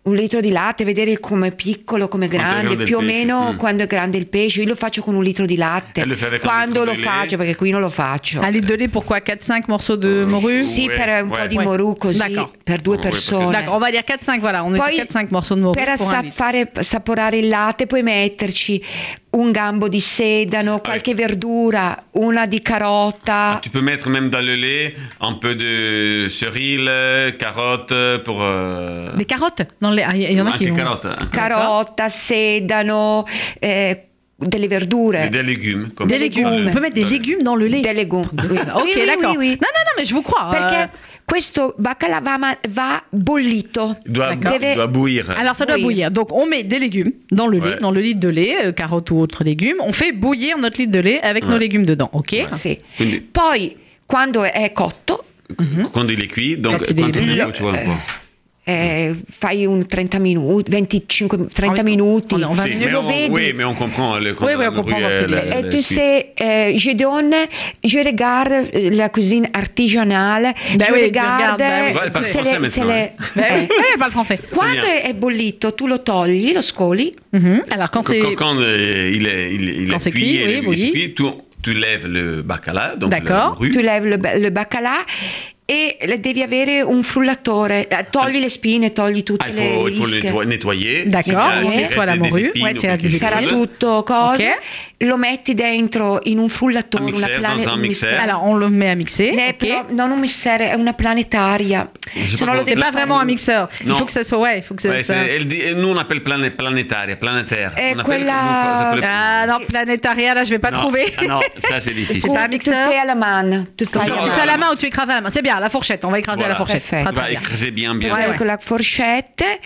S2: un litro di latte, vedere come è piccolo, come
S3: Quanto è
S2: grande,
S3: grande il
S2: più o
S3: pesce,
S2: meno
S3: mm.
S2: quando è grande il pesce. Io lo faccio con un litro di latte.
S3: E lo fai con un
S2: Quando
S3: litro
S2: lo
S3: di
S2: faccio,
S3: latte?
S2: perché qui non lo faccio.
S1: Un litre de lait, pourquoi 4-5 morceaux de
S3: Euh,
S1: morue
S2: Sì,
S3: Ouais,
S2: per un
S3: ouais.
S2: po' di
S1: Ouais.
S2: morù così,
S1: D'accordo.
S2: per due
S3: Oh, ouais,
S2: persone.
S1: D'accord, on va dire 4-5, voilà, on est
S2: Poi
S1: sur 4-5 morceaux de morue
S2: per
S1: pour un
S2: assa-
S1: litre.
S2: fare- assaporare il latte puoi metterci un gambo di sedano, qualche verdura, una di
S1: Ah.
S2: carota.
S3: Tu peux mettre même dans le lait un peu de cerise, carotte pour... euh,
S1: Des carottes dans le lait. Ah, Il y en a
S3: anche
S1: qui vont.
S3: carotte, hein.
S2: Carota, sedano, eh, delle
S3: Et
S2: verdure.
S3: des légumes. Comme
S1: Des
S2: Des
S1: légumes.
S2: légumes.
S1: On peut mettre des légumes dans le lait.
S2: Delle go- oui.
S1: Ok,
S2: Oui, oui,
S1: d'accord.
S2: oui, oui.
S1: Non, non, non, mais je vous crois. euh,
S2: Perché questo baccalà va, ma- va bollito.
S3: Il doit,
S1: D'accord.
S3: il doit bouillir.
S1: Alors ça doit
S2: Oui.
S1: bouillir. Donc on met des légumes dans le lait,
S3: Ouais.
S1: dans le litre de lait, euh, carottes ou autres légumes. On fait bouillir notre litre de lait avec nos
S3: Ouais.
S1: légumes dedans, ok
S2: Sì.
S3: Quindi-
S2: Poi quando è cotto
S3: Quand il est cuit, donc
S1: Quand il est
S3: quand on
S1: cuit.
S3: est cuit, tu vois, quoi.
S2: eh, fai un 30 minuti, 25, 30
S1: Ah,
S2: minuti.
S1: on- on va-
S3: Si, mais
S2: lo
S3: on-
S2: vedi.
S3: oui, mais on comprend. Le, quand
S1: Oui, oui,
S3: la
S1: on comprend
S3: morue,
S1: quand il est-
S3: elle-
S1: Eh,
S3: elle-
S2: Et
S3: elle
S2: tu
S3: cuit.
S2: sais, euh, je donne, je regarde euh, la cuisine artigianale,
S1: Bah
S2: je
S1: oui, tu regardes,
S2: regarde,
S1: bah oui.
S3: Ouais, elle parle
S2: se
S3: français
S2: le- se
S3: maintenant,
S2: le-
S3: hein.
S1: Ben oui,
S2: Eh.
S1: ouais, elle parle français.
S2: Quando
S3: bien.
S2: è bollito, tu lo togli, lo scoli,
S1: Mhm. Alors quand
S3: Quand,
S1: c'est...
S3: quand- quand, euh, il est, il, il
S1: Quand
S3: est
S1: c'est
S3: cuit,
S1: cuit,
S3: et
S1: oui,
S3: il est
S1: bouilli.
S3: cuit, tu, tu lèves le baccalà, donc la
S1: D'accord.
S3: morue.
S2: tu levi le, le baccalà e le- devi avere un frullatore, Eh, togli le spine, togli tutte
S3: Ah, il
S2: le
S3: faut, il faut le
S2: lische.
S3: netto- nettoyer.
S1: D'accord,
S3: S'il y a-
S2: on
S3: s'il
S1: nettoie
S3: reste
S1: la
S3: des
S1: morue.
S3: épines
S1: Ouais,
S3: ou
S1: c'est la
S3: quelque
S2: Sarà
S3: chose.
S1: difficile.
S2: tutto cosa,
S1: Ok.
S2: lo metti dentro in un frullatore,
S3: Un mixer,
S2: una plane-
S3: dans un mixer.
S1: Alors on le met à mixer,
S2: Eh,
S1: ok
S2: però non un mixer, è una planetaria.
S3: Je
S2: Se
S3: sais pas
S2: no lo
S3: comment-
S1: C'est
S2: devi
S1: pas
S2: fare-
S1: vraiment un mixeur. Il
S3: Non.
S1: faut que ça soit... Ouais, il faut que ça...
S3: Ouais, c'est-
S1: ça-
S3: elle dit, nous on appelle plané- planétaire, planétaire.
S2: Eh,
S3: on appelle,
S2: quella-
S3: comment ça s'appelle
S1: Ah non, Planetaria, là je vais pas
S3: Non,
S1: trouver.
S3: ah non, ça c'est difficile.
S1: C'est pas un
S2: Tu
S1: mixeur.
S2: fais à la main, tu fais
S1: Comme
S2: à
S1: ça,
S2: la
S3: Voilà.
S1: tu
S2: main.
S1: fais à la main ou tu écrases à la main. C'est bien, la fourchette, on va écraser à la
S3: Voilà.
S1: fourchette. Très,
S2: Perfetto.
S3: Tu
S1: très
S3: vas
S1: bien.
S3: écraser bien, bien.
S1: Ouais,
S2: Vai
S1: ouais.
S2: con la forchette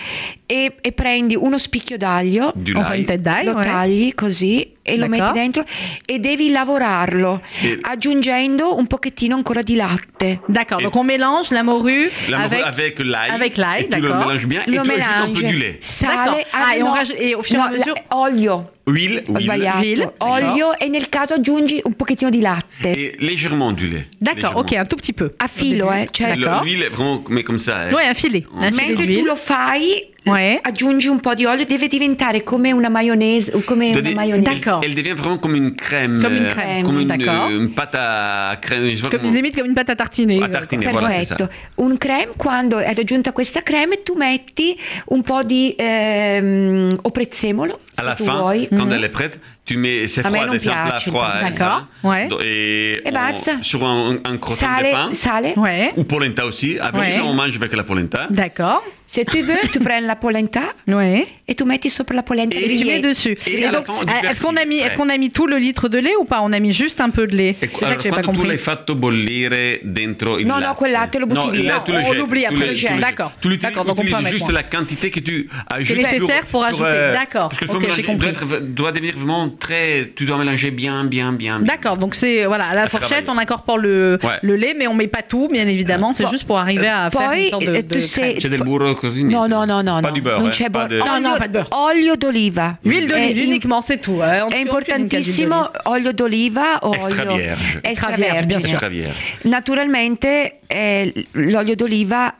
S2: e, e prendi uno spicchio d'aglio,
S3: Du
S1: On fait une
S3: lait.
S1: tête d'ail,
S2: lo
S1: ouais.
S2: tagli così e lo metti
S1: eh. D'accord.
S2: dentro e devi lavorarlo
S3: E-
S2: aggiungendo un pochettino ancora di latte.
S1: D'accord, donc on mélange la morue,
S3: La morue
S1: avec...
S3: avec l'ail.
S1: avec l'ail,
S3: et Tu le
S1: d'accord.
S3: mélanges bien et
S2: lo
S3: tu ajoutes un peu du
S2: melange,
S3: lait.
S2: sale,
S1: D'accord. Ah, e
S2: no,
S1: un raggi- e au fur e a
S2: no,
S1: mesura-
S2: la- olio,
S3: Huile,
S2: ho
S3: huile
S2: sbagliato,
S1: L'huile,
S2: olio e nel caso aggiungi un pochettino di latte.
S3: et légèrement du lait.
S1: D'accord,
S3: Légèrement.
S1: ok, un tout petit peu.
S2: A filo, eh, cioè
S3: Et le-
S1: D'accord.
S3: L'huile, vraiment, mais comme ça. hein.
S1: Ouais, un filet. Un filet
S2: Mentre tu
S1: d'huile.
S2: lo fai,
S1: Eh, Ouais.
S2: aggiungi un po' di olio, deve diventare come una maionese, come
S3: De-
S2: una
S3: de-
S2: maionese.
S1: D'accord.
S3: Elle, elle devient vraiment comme une crème.
S1: Comme une
S3: euh,
S1: crème,
S3: Comme une,
S1: d'accord.
S3: euh, une pâte à crème. je sais pas
S1: Comme,
S3: comment-
S1: limite comme une pâte à tartiner.
S3: À tartiner. voilà, c'est ça.
S2: Perfetto, un creme, quando è aggiunta questa creme tu metti un po' di ehm, oprezzemolo,
S3: à la
S2: tu
S3: fin,
S2: vuoi.
S3: quand
S1: mm-hmm.
S3: elle est prête, tu mets, c'est
S1: Ah,
S2: A me
S3: froid,
S2: non
S3: c'est un plat
S2: piace il
S3: froid.
S2: pan-
S3: hein,
S1: D'accord,
S3: ça.
S1: ouais.
S3: Do- Et, on-
S2: basta.
S3: Sur un, un crottin de pain.
S2: Sale, sale.
S1: Ouais.
S3: Ou polenta aussi. À Venise,
S1: Ouais.
S3: on mange avec la polenta.
S1: D'accord.
S2: Se tu veux, tu prends la polenta
S1: Ouais.
S2: e tu metti sopra la polenta
S3: Et
S1: Et tu
S2: di
S1: mets
S2: ieri.
S1: dessus.
S3: Et à la
S1: donc,
S3: fin, du
S1: euh, est-ce qu'on a mis,
S3: persil,
S1: est-ce qu'on a mis tout le litre de lait ou pas On a mis juste un peu de lait.
S3: E
S1: C'est
S3: qu-
S1: ça que
S3: allora,
S1: j'ai pas
S3: quando tu l'hai
S1: compris.
S3: fatto bollire dentro il
S2: No, no,
S3: latte,
S2: quel latte lo butti
S3: no, il
S2: via.
S3: latte, tu le
S1: On
S3: jetti,
S1: l'oublie
S3: tu
S1: après,
S3: le-
S1: le
S3: tu le
S1: jet.
S3: jetti.
S1: D'accord.
S3: Tu l'utilises-
S1: D'accord, donc on peut
S3: utilises
S1: en
S3: juste
S1: mettre
S3: la quantité que tu ajoutes
S1: nécessaire pour ajouter.
S3: euh,
S1: D'accord.
S3: Parce que le
S1: Ok,
S3: fromage
S1: j'ai compris.
S3: doit être- doit devenir vraiment très. Tu dois mélanger bien, bien, bien. bien.
S1: D'accord, donc c'est voilà, à la
S3: À
S1: fourchette,
S3: travailler.
S1: on incorpore le,
S3: Ouais.
S1: le lait, mais on met pas tout, bien évidemment. C'est
S2: Bon.
S1: juste pour arriver à faire
S2: Poi,
S1: une sorte de,
S2: eh,
S1: de
S2: tu sais-
S1: crème.
S3: C'è del burro così?
S2: No,
S3: niente.
S2: no, no, no,
S3: Pas
S2: no.
S3: du beurre.
S2: non
S3: hein,
S2: c'è burro.
S3: pas de-
S1: No,
S2: Olio,
S1: no, pas de beurro.
S2: Olio d'oliva.
S1: Huile d'olive
S2: Eh, in-
S1: uniquement, c'est tout. hein. On-
S2: È
S1: on cuisine quasi
S2: importantissimo olio d'oliva o
S3: Extra
S2: olio
S3: vierge.
S1: Extra vierge, bien sûr.
S3: Extra vierge.
S2: Naturalmente eh, l'olio d'oliva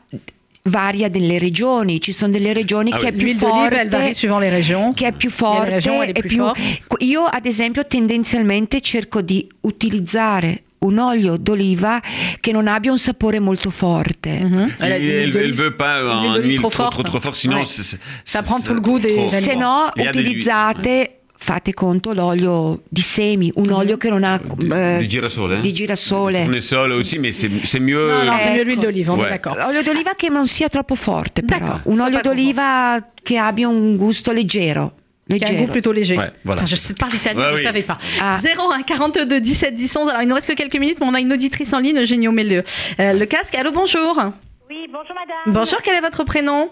S2: varia nelle regioni, ci sono delle regioni
S3: Ah
S2: che
S3: oui.
S2: è
S1: d'olive.
S2: più
S1: L'huile d'olive, elle varie
S2: forte
S1: suivant les régions.
S2: che è più
S1: Il y a
S2: forte
S1: des régions où elle est
S2: e
S1: plus
S2: più
S1: forte.
S2: io ad esempio tendenzialmente cerco di utilizzare un olio d'oliva che non abbia un sapore molto forte.
S1: Mhm.
S3: Il-
S1: Elle a
S3: Elle,
S1: dit l'huile
S3: elle
S1: d'olive-
S3: veut pas
S1: l'huile
S3: un
S1: d'olive
S3: huile trop, trop,
S1: forte.
S3: trop, fort, sinon
S1: Ouais.
S3: c'est- c'est-
S1: Ça
S3: c'est-
S1: prend tout le goût des
S3: trop
S1: aliments.
S3: fort.
S2: se no
S3: Il y a de l'huile,
S2: utilizzate
S3: ouais.
S2: fate conto l'olio di semi un olio che non ha
S3: Di-
S1: euh,
S2: eh,
S3: di girasole, eh?
S2: di girasole.
S3: On est seul aussi, mais c'est c'est mieux.
S1: Non, non, c'est mieux
S2: Ecco.
S1: l'huile Ah, d'olive, on est
S3: Euh, Ouais.
S1: d'accord.
S2: Olio d'oliva che non sia troppo forte però
S1: D'accordo,
S2: un
S1: so
S2: olio
S1: troppo
S2: d'oliva che abbia un gusto leggero
S3: Cioè,
S1: Qui a un goût
S2: leggero
S1: plutôt léger.
S3: Ouais, voilà.
S1: Putain, je sais pas l'italien,
S3: Ouais,
S1: je ne
S3: oui.
S1: savais pas.
S2: Ah.
S1: 01 42 17 10 11. Alors il nous reste que quelques minutes, mais on a une auditrice en ligne, Eugénie, mets le, le casque. Allô, bonjour.
S5: Oui, bonjour madame.
S1: Bonjour, quel est votre prénom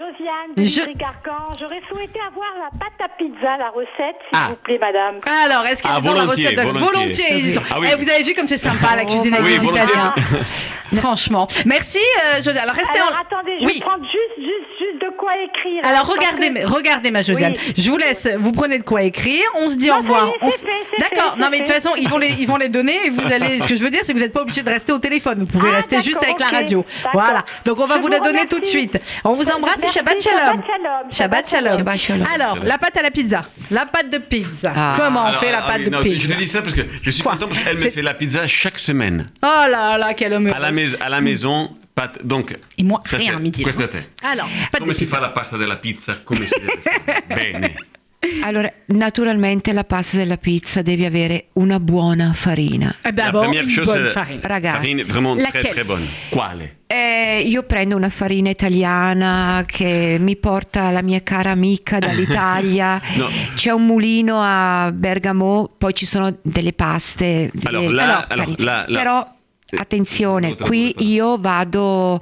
S5: Josiane,
S1: Je-
S5: de Gargan. J'aurais souhaité avoir la pâte à pizza, la recette, s'il
S3: Ah.
S5: vous plaît madame.
S1: Alors, est-ce qu'il y a
S3: Ah,
S1: dans la
S3: volontiers,
S1: recette de-
S3: volontiers.
S1: ils y sont.
S3: Ah oui.
S1: Eh, vous avez vu comme c'est sympa la cuisine avec
S3: Oui,
S1: les
S3: volontiers.
S1: Italiens. Franchement. Merci. euh, Josiane. Alors, restez
S5: Alors
S1: en-
S5: attendez, je
S1: Oui.
S5: vais prendre juste, juste, juste de quoi écrire. hein,
S1: Alors
S5: Parce
S1: regardez,
S5: que-
S1: ma- regardez ma Josiane.
S5: Oui.
S1: Je vous laisse. Vous prenez de quoi écrire. On se dit au
S5: Non, ça y
S1: revoir.
S5: est,
S1: On s-
S5: c'est fait, c'est
S1: D'accord.
S5: fait,
S1: Non
S5: c'est
S1: mais de toute
S5: fait.
S1: façon, ils vont les, ils vont les donner et vous allez. Ce que je veux dire, c'est que vous n'êtes pas obligé de rester au téléphone. Vous pouvez
S5: Ah,
S1: rester juste
S5: d'accord,
S1: avec la
S5: ok.
S1: radio.
S5: D'accord.
S1: Voilà. Donc on va
S5: Je
S1: vous
S5: vous
S1: la donner
S5: remercie.
S1: tout de suite. On vous embrasse et
S5: Merci,
S1: Shabbat
S5: Shabbat
S1: Shalom.
S5: shalom.
S1: Shabbat
S5: Shabbat
S1: Shalom.
S2: shalom. Shabbat shalom.
S1: Alors la pâte à la pizza. La pâte de pizza.
S2: Ah.
S1: Comment on
S3: Alors,
S1: fait la
S3: ah
S1: pâte
S3: oui,
S1: de
S3: non,
S1: pizza
S3: Je te dis ça parce que je suis
S1: Quoi
S3: content parce qu'elle
S1: C'est-
S3: me fait la pizza chaque semaine.
S1: Oh là là, quel homme.
S3: À la,
S1: heureux.
S3: mais- à la maison, pâte. Donc,
S1: Mm. Et moi,
S3: ça,
S1: rien,
S3: c'est-
S1: midi.
S3: questa è te.
S1: Alors, pâte de
S3: Come si
S1: pizza.
S3: fa la pasta della pizza? Come si deve fare? Bene.
S2: allora naturalmente la pasta della pizza devi avere una buona farina
S1: Eh ben,
S3: la
S1: bon,
S3: première
S1: une
S3: chose, euh, c'est
S1: bonne
S3: la-
S1: farine.
S2: Ragazzi.
S3: Farine vraiment très
S1: Laquelle
S3: très bonne. Quale?
S2: Eh, io prendo una farina italiana che mi porta la mia cara amica dall'Italia.
S3: No.
S2: C'è un mulino a Bergamo, poi ci sono delle paste. delle-
S3: Allora, la-
S2: però,
S3: allora,
S2: farine.
S3: la- la-
S2: Però, attenzione,
S3: Dovuto-
S2: qui io vado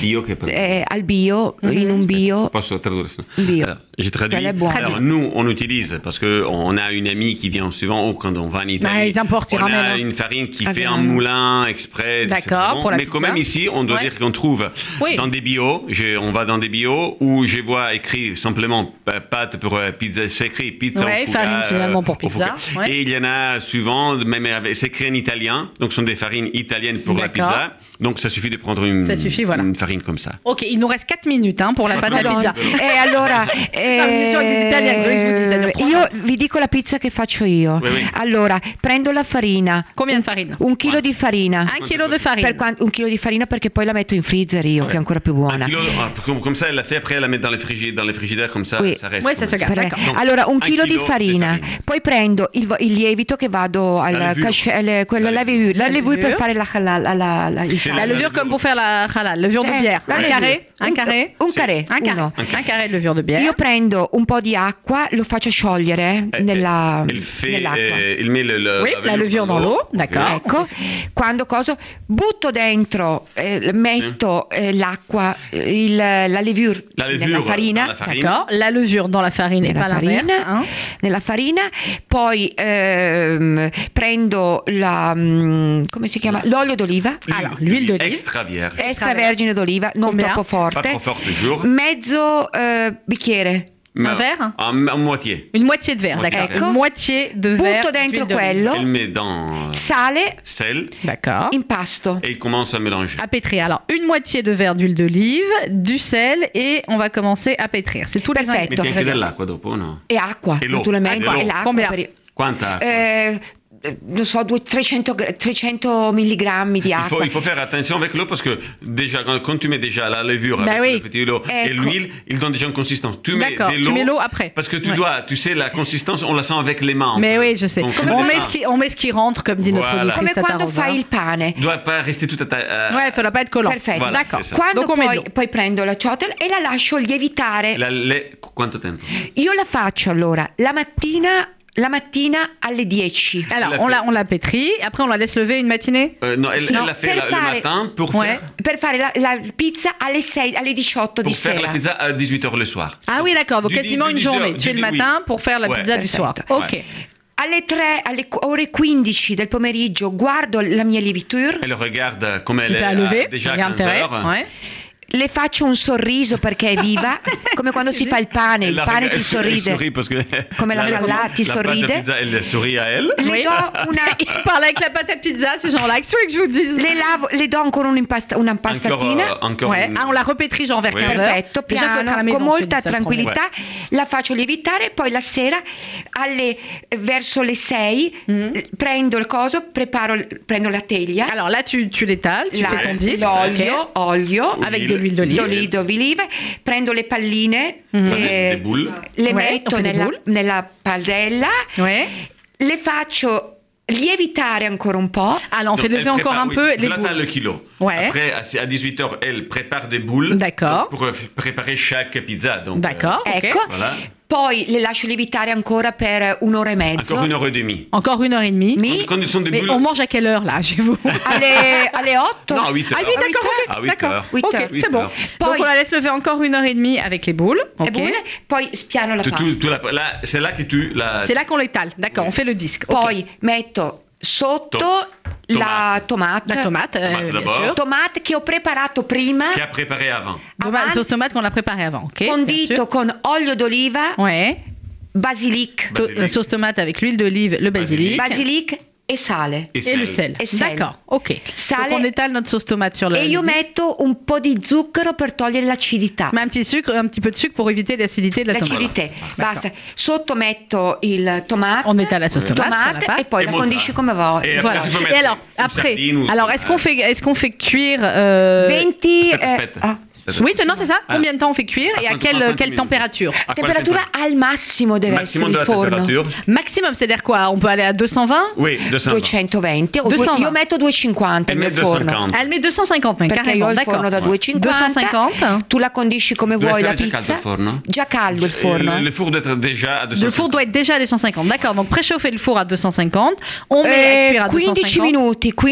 S3: Io che
S2: eh, al bio,
S3: Mm-hmm.
S2: in un bio.
S3: Posso tradurre ça
S2: Bio.
S3: Alors, Euh, J'ai traduit.
S2: Elle est bonne.
S3: Alors,
S2: Traduit.
S3: nous, on utilise, parce qu'on a une amie qui vient souvent, ou quand on va en Italie,
S1: Ouais, ils importent, ils
S3: on
S1: ramènent, hein.
S3: a une farine qui
S2: Ah,
S3: fait
S2: bien.
S3: un moulin exprès.
S1: D'accord,
S3: etc. Bon,
S1: pour la
S3: Mais quand
S1: pizza.
S3: même ici, on doit
S1: Ouais.
S3: dire qu'on trouve
S1: Oui.
S3: dans des bio, je- on va dans des bio, où je vois écrit simplement euh, pâte pour euh, pizza, c'est écrit pizza
S1: Ouais,
S3: au fouga,
S1: farine,
S3: euh,
S1: finalement, pour
S3: au
S1: pizza,
S3: fouga.
S1: ouais.
S3: Et il y en a souvent, même avec, c'est écrit en italien, donc ce sont des farines italiennes pour la
S1: D'accord.
S3: pizza. Donc ça suffit de prendre une,
S1: Ça suffit, voilà.
S3: une farine comme ça.
S1: Ok, il nous reste 4 minutes hein,
S3: Ah,
S1: pour la pâte à
S2: Madonna.
S1: pizza.
S2: E allora eh,
S1: mi sono gli italiani, sono gli italiani, pronto.
S2: io vi dico la pizza che faccio io.
S3: Oui, oui.
S2: Allora, prendo la farina,
S1: Combien de farine
S2: un chilo di farina.
S1: Un kilo de farine.
S2: Per quan- un chilo di farina perché poi la metto in freezer io, che è ancora più buona.
S3: Un kilo, ah, comme, comme ça, elle l'a fait, après elle la met dans les frigidaires, dans les frigidaires comme ça,
S2: Oui.
S3: ça reste.
S1: Ouais, ça se garde.
S2: Per-
S1: D'accord.
S3: Donc,
S2: allora, un
S3: un
S2: chilo di
S3: chilo di
S2: farina,
S3: farina.
S2: poi prendo il, vo- il lievito che vado
S3: La
S2: al
S3: levure.
S2: cascelle, quello la
S3: La
S2: levure, la
S1: La
S2: levure per
S1: levure.
S2: fare la halal, la, la, la- il
S3: Sì,
S1: Ah, La
S3: la-
S1: levure comme pour faire la halal, levure de
S2: Eh,
S1: bière.
S2: la
S1: Un
S2: levure.
S1: carré, un carré,
S2: un carré,
S1: un carré,
S2: uno.
S1: un carré de levure de bière.
S2: Io prendo un po' di acqua, lo faccio sciogliere
S3: eh,
S2: nella,
S3: elle fait,
S2: nell'acqua.
S3: euh, il met le, le-
S1: Oui, la levure dans l'eau, d'accord.
S2: Ecco, quando coso butto dentro, eh, metto eh, l'acqua, eh, il- la levure,
S3: La levure
S2: nella
S3: dans
S2: farina,
S3: la farine.
S1: D'accord. La levure dans la farine et
S2: nella
S1: pas l'inverse.
S2: farina,
S1: hein.
S2: nella farina, poi ehm, prendo la, mm, come si chiama? l'olio d'oliva,
S1: Alors, l'huile d'olive.
S3: Extra vierge.
S2: extravergine d'oliva, non
S1: Com'è?
S2: troppo
S3: Pas
S2: forte,
S3: trop fort toujours.
S2: mezzo eh, bicchiere.
S3: Mais-
S1: verre
S3: En, en moitié.
S1: Une moitié de verre,
S3: Moitié
S1: d'accord.
S3: de verre.
S1: Une moitié de verre.
S2: Butto dentro
S1: d'huile d'olive.
S2: quello,
S3: Elle met dans euh,
S2: Ah. sale,
S3: sel
S1: D'accord.
S2: impasto.
S3: et il commence à mélanger.
S1: À pétrir. Alors, une moitié de verre d'huile d'olive, du sel et on va commencer à pétrir. C'est tout les
S2: Perfetto.
S1: ingrédients.
S3: Metti anche
S2: Très bien.
S3: dell'acqua dopo, no?
S2: E acqua,
S3: E l'olio.
S2: naturalmente,
S3: Acqua.
S2: e l'acqua
S1: Combien?
S2: per-
S3: Quanta acqua?
S2: Eh, eh, non so, due- 300, gra- 300 milligrammi di
S3: Il faut,
S2: acqua.
S3: il faut faire attention avec l'eau parce que déjà, quand, quand tu mets déjà la levure
S1: Bah
S3: avec
S1: oui.
S3: le petit lot et
S2: Ecco.
S3: l'huile, il donne déjà une consistance. Tu mets,
S1: D'accord,
S3: de
S1: tu mets l'eau après.
S3: Parce que tu
S1: Ouais.
S3: dois, tu sais, la consistence, on la sent avec les mains. un
S1: Mais
S3: peu.
S1: oui, je sais.
S3: Donc,
S1: on,
S3: tu
S1: met
S3: mets
S1: ce
S3: ça.
S1: qui, on met ce qui rentre, comme dit notre
S3: Voilà.
S2: Come
S1: auditrice Tata
S2: quando fai
S1: Rosa.
S2: il pane.
S3: Tu dois pas rester tout à ta. euh,
S1: Ouais, il ne faudra pas être collant.
S2: Perfetto,
S3: Voilà,
S1: D'accord.
S3: c'est ça.
S2: Quando
S1: Donc on met de
S2: poi,
S1: l'eau.
S2: poi prendo la ciotola e la lascio lievitare.
S3: la lait- quanto tempo
S2: Io la faccio allora la mattina, la mattina alle 10.
S1: Alors,
S3: Elle l'a
S1: on la,
S3: fait.
S1: on la pétrit, après on la laisse lever une matinée
S3: Euh, Non, elle
S2: Non,
S3: elle l'a fait
S2: per
S3: la-
S2: fare-
S3: le matin pour
S1: Ouais.
S3: faire,
S2: Per fare la, la pizza alle 6, alle 18 di
S3: pour faire
S2: sera.
S3: la pizza à 18h le soir.
S1: Ah oui, d'accord, donc
S3: Du-
S1: quasiment
S3: du
S1: une
S3: 10 heures,
S1: journée.
S3: du-
S1: Tu es le
S3: du- oui.
S1: matin pour faire la
S3: Ouais.
S1: pizza du
S2: Perfetto.
S1: soir. Ok.
S3: Ouais.
S2: Alle 3, alle qu- ore 15 del pomeriggio guardo la mia lievitour,
S3: Elle regarde comme
S1: Si
S3: elle
S1: tu as
S3: est
S1: levé,
S3: à- déjà à
S1: il y a intérêt.
S3: 15h.
S1: Ouais.
S2: le faccio un sorriso perché è viva, come quando si fa il pane, il
S3: la
S2: pane
S3: regarde-
S2: ti
S3: elle- elle
S2: sorride.
S3: sourit parce que
S2: Come la là, ti
S3: la pâte à
S2: sorride.
S3: pizza, elle sourit à elle.
S2: Le
S1: Oui.
S2: do una-
S1: Il parle avec la pâte à pizza, ces gens-là. Qu'est-ce que vous voulez que je vous dise
S2: le lavo, le do ancora un'impasta-
S3: Encore, euh,
S2: un'impastatina.
S3: encore
S1: Ouais.
S3: une-
S1: Ah, on la repétrit genre vers
S3: Oui.
S1: 15h.
S2: Perfetto, piano, con molta tranquillità, la faccio lievitare, poi la sera alle- verso le 6 prendo il coso, preparo, il- prendo la teglia,
S1: Alors là, tu, tu l'étales, tu
S2: la-
S1: fais ton disque.
S2: l'olio,
S1: ok.
S2: olio,
S1: Avec de l'huile d'olive.
S2: d'oli- d'olive, prendo le palline,
S3: Des-
S2: le-
S3: des boules.
S2: le
S1: Ouais,
S2: metto
S1: on fait des
S2: nella,
S1: boules.
S2: nella padella,
S1: Ouais.
S2: le faccio lievitare ancora un po',
S1: Alors on fait
S3: Donc,
S1: lever
S3: elle
S1: encore
S3: prépare,
S1: un
S3: oui.
S1: peu les
S3: Là, t'as le
S1: boules.
S3: kilo.
S1: Ouais.
S3: Après, à 18h, elle prépare des boules.
S1: D'accord.
S3: donc, Pour f- préparer chaque pizza. Donc,
S1: D'accord.
S3: euh,
S1: Ok.
S2: ecco,
S3: Voilà.
S2: poi le lascio lievitare ancora per un'ora e mezzo.
S3: encore une heure et demie.
S1: Encore une heure et demie.
S2: Mi-
S3: Quand, quand ils sont des
S1: Mais
S3: boules.
S1: on mange à quelle heure là chez vous
S2: alle, alle 8
S3: Non, à 8h.
S1: Ah oui,
S2: À huit
S1: d'accord, ok.
S3: heures. À huit
S1: D'accord.
S3: heures.
S2: Huit
S1: Ok,
S2: heures.
S1: c'est
S3: Huit
S1: bon.
S3: heures.
S1: Donc
S2: Poi-
S1: on la laisse lever encore une heure et demie avec les boules.
S2: e
S1: ok.
S2: bulle, poi spiano la
S3: Tu-
S2: pasta.
S3: tu- tu la- là, c'est là que tu la.
S1: C'est là qu'on l'étale. D'accord, on fait le disque. Ok.
S2: Poi metto sotto
S3: To-
S2: la tomate.
S1: La tomate, euh,
S3: Tomate
S1: bien
S3: d'abord.
S1: sûr.
S2: Tomate che ho preparato prima,
S3: Qui a préparé avant.
S1: Tomate,
S2: avanti-
S1: sauce tomate qu'on a préparée avant. Ok. bien
S2: condito
S1: sûr.
S2: con olio d'oliva,
S1: Ouais.
S2: basilic,
S3: Basilic.
S1: To- euh, sauce tomate avec l'huile d'olive, le basilic.
S3: Basilic.
S2: basilic e sale.
S3: Et,
S1: Et
S3: sel.
S1: le sel.
S2: Et sel.
S1: D'accord, ok.
S2: Sale.
S1: Donc on étale notre sauce tomate sur le.
S2: E io
S1: le disque.
S2: metto un po' di zucchero per togliere l'acidità.
S1: Mais un petit sucre, un petit peu de sucre pour éviter l'acidité de la tomate. Ecco.
S2: L'acidità, basta. Sotto metto il tomate,
S1: On metà la sauce tomate,
S2: tomate
S1: sur la
S2: e poi
S3: E
S2: la
S3: mozza.
S2: condisci come vuoi.
S3: E- après, tu peux
S1: Et
S3: mettre
S1: alors,
S3: une
S1: après,
S3: sardine ou-
S1: alors est-ce qu'on fait, est-ce qu'on fait cuire euh,
S2: 20 eh,
S3: Aspetta,
S2: ah,
S3: aspetta.
S1: Oui, non, c'est ça.
S3: Ah.
S1: Combien de temps on fait cuire
S3: À
S1: et à
S3: quanto-
S1: quelle,
S3: à quanti
S1: quelle
S3: minuti
S1: temperatura
S3: À eh, quale
S2: temperatura
S3: température
S2: al massimo deve
S3: Maximum
S2: essere
S3: de la
S2: il forno.
S3: température.
S1: Maximum, c'est-à-dire quoi On peut aller à 220
S3: Oui, 200.
S2: 220 o
S1: 220.
S2: due- io metto 250
S3: Et
S2: nel
S3: mettre
S2: forno
S3: 250.
S1: Ah, Elle met 250 même,
S2: perché io
S1: carrément,
S2: ho il forno
S1: d'accord.
S2: da 250,
S1: 250.
S2: tu la condisci come
S3: Deve
S2: vuoi la
S3: essere già caldo
S2: pizza
S3: il forno?
S2: già caldo il forno
S3: Le,
S2: eh.
S3: le four doit être déjà à 200.
S1: Le four doit être déjà à 250, d'accord. Donc préchauffer le four à 250, on met à
S2: Eh,
S1: cuire à
S2: 15
S1: 250.
S2: minuti 15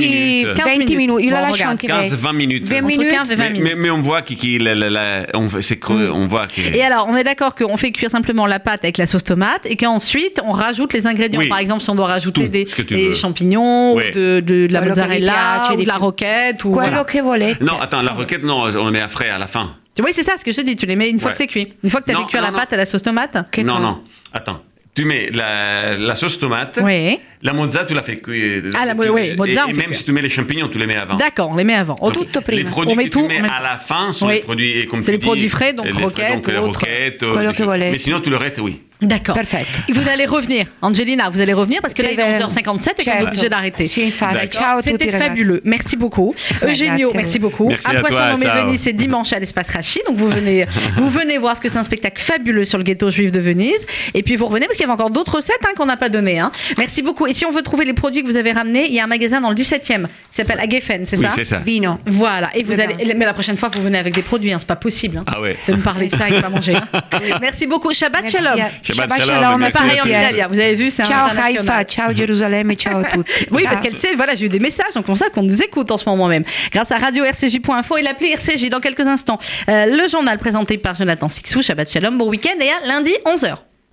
S3: minuti.
S1: 15
S2: 20 minuti io la
S1: Buon ragazzi.
S2: lascio anche
S3: 15,
S2: 20
S3: 20 minutes.
S2: 20
S1: Entre
S2: minuti
S1: 15 et 20
S3: Mais,
S1: minutes. Mm.
S3: mais- mais on voit qu'il- qu'il- la- la- la- on, fait- c'est creux, on voit que.
S1: Et alors, on est d'accord qu'on fait cuire simplement la pâte avec la sauce tomate et qu'ensuite on rajoute les ingrédients.
S3: Oui.
S1: Par exemple, si on doit rajouter
S3: Tout,
S1: des,
S3: ce que tu
S1: des
S3: veux.
S1: champignons,
S3: Ouais.
S1: ou de, de la
S2: Quello che vi
S1: mozzarella,
S2: piace,
S1: ou de
S2: di
S1: la
S2: più.
S1: roquette. Ou
S2: quello
S1: voilà.
S2: che volete
S3: Non, attends, la requête, non, on le met à frais à la fin.
S1: Oui, c'est ça ce que je te dis. Tu les mets une fois
S3: Ouais.
S1: que c'est cuit. Une fois que tu as
S3: Non,
S1: fait cuire
S3: non,
S1: la
S3: non.
S1: pâte à la sauce tomate.
S2: Che
S3: non,
S2: cosa?
S3: non, attends. Tu mets la, la sauce tomate,
S1: Oui.
S3: la mozza, tu la fais cuire.
S1: Ah, la mo-
S3: tu-
S1: oui, mozza, on
S3: Et, et
S1: fait
S3: même
S1: cuire.
S3: si tu mets les champignons, tu les mets avant.
S1: D'accord, on les met avant. Ok.
S2: Tout Tutto
S3: Les
S2: prima.
S3: produits
S1: On met
S3: que
S1: tout en
S3: tu mets
S1: même
S3: à
S1: temps.
S3: la fin sont
S1: Oui.
S3: les produits et comme
S1: C'est
S3: tu
S1: les produits
S3: dis,
S1: frais, donc
S3: les frais,
S1: roquettes
S3: donc les
S1: ou autre.
S3: roquettes, euh,
S2: Quello
S3: des
S2: che
S3: choses.
S2: volete.
S3: Mais sinon tout le reste oui.
S1: D'accord.
S2: Perfetto.
S1: Et vous allez revenir, Angelina, vous allez revenir parce que là il est
S2: Deve-
S1: 11h57 et qu'on est
S2: Certo.
S1: obligé d'arrêter.
S2: Sì, infatti.
S3: D'accord.
S2: Ciao a tutti
S1: C'était
S2: ragazzi.
S1: fabuleux. Merci beaucoup.
S2: Ouais,
S1: Eugenio,
S2: grazie a
S1: merci
S2: vous.
S1: beaucoup.
S3: Merci
S1: un
S3: à
S1: poisson
S3: toi,
S1: nommé
S3: ciao.
S1: Venise, c'est dimanche à l'espace Rachi. Donc vous venez, vous venez voir ce que c'est un spectacle fabuleux sur le ghetto juif de Venise. Et puis vous revenez parce qu'il y avait encore d'autres recettes hein, qu'on n'a pas données. hein. Merci beaucoup. Et si on veut trouver les produits que vous avez ramenés, il y a un magasin dans le 17e qui s'appelle Agefen, c'est
S3: oui,
S1: ça
S3: c'est ça.
S2: vino
S1: Voilà, et vous
S2: Très
S1: allez. Mais la prochaine fois, vous venez avec des produits, hein, c'est pas possible hein,
S3: Ah ouais.
S1: de me parler de ça et de pas manger. hein. Merci beaucoup. Shabbat
S2: Merci a-
S1: shalom.
S3: Shabbat
S2: Shabbat
S3: shalom,
S2: shalom a
S1: C'est
S3: merci
S1: pareil en
S3: a
S2: tutti, eh.
S3: tutti.
S1: Italie, hein, vous avez vu, c'est
S2: ciao
S1: international.
S2: Haifa ciao Gerusalemme ciao a tutti
S1: Oui,
S2: Ciao.
S1: parce qu'elle sait, voilà, j'ai eu des messages, donc on sait qu'on nous écoute en ce moment même. Grâce à radio rcj.info et l'appli RCJ dans quelques instants. Euh, le journal présenté par Jonathan Sixou, Shabbat Shalom, bon week-end et à lundi 11h.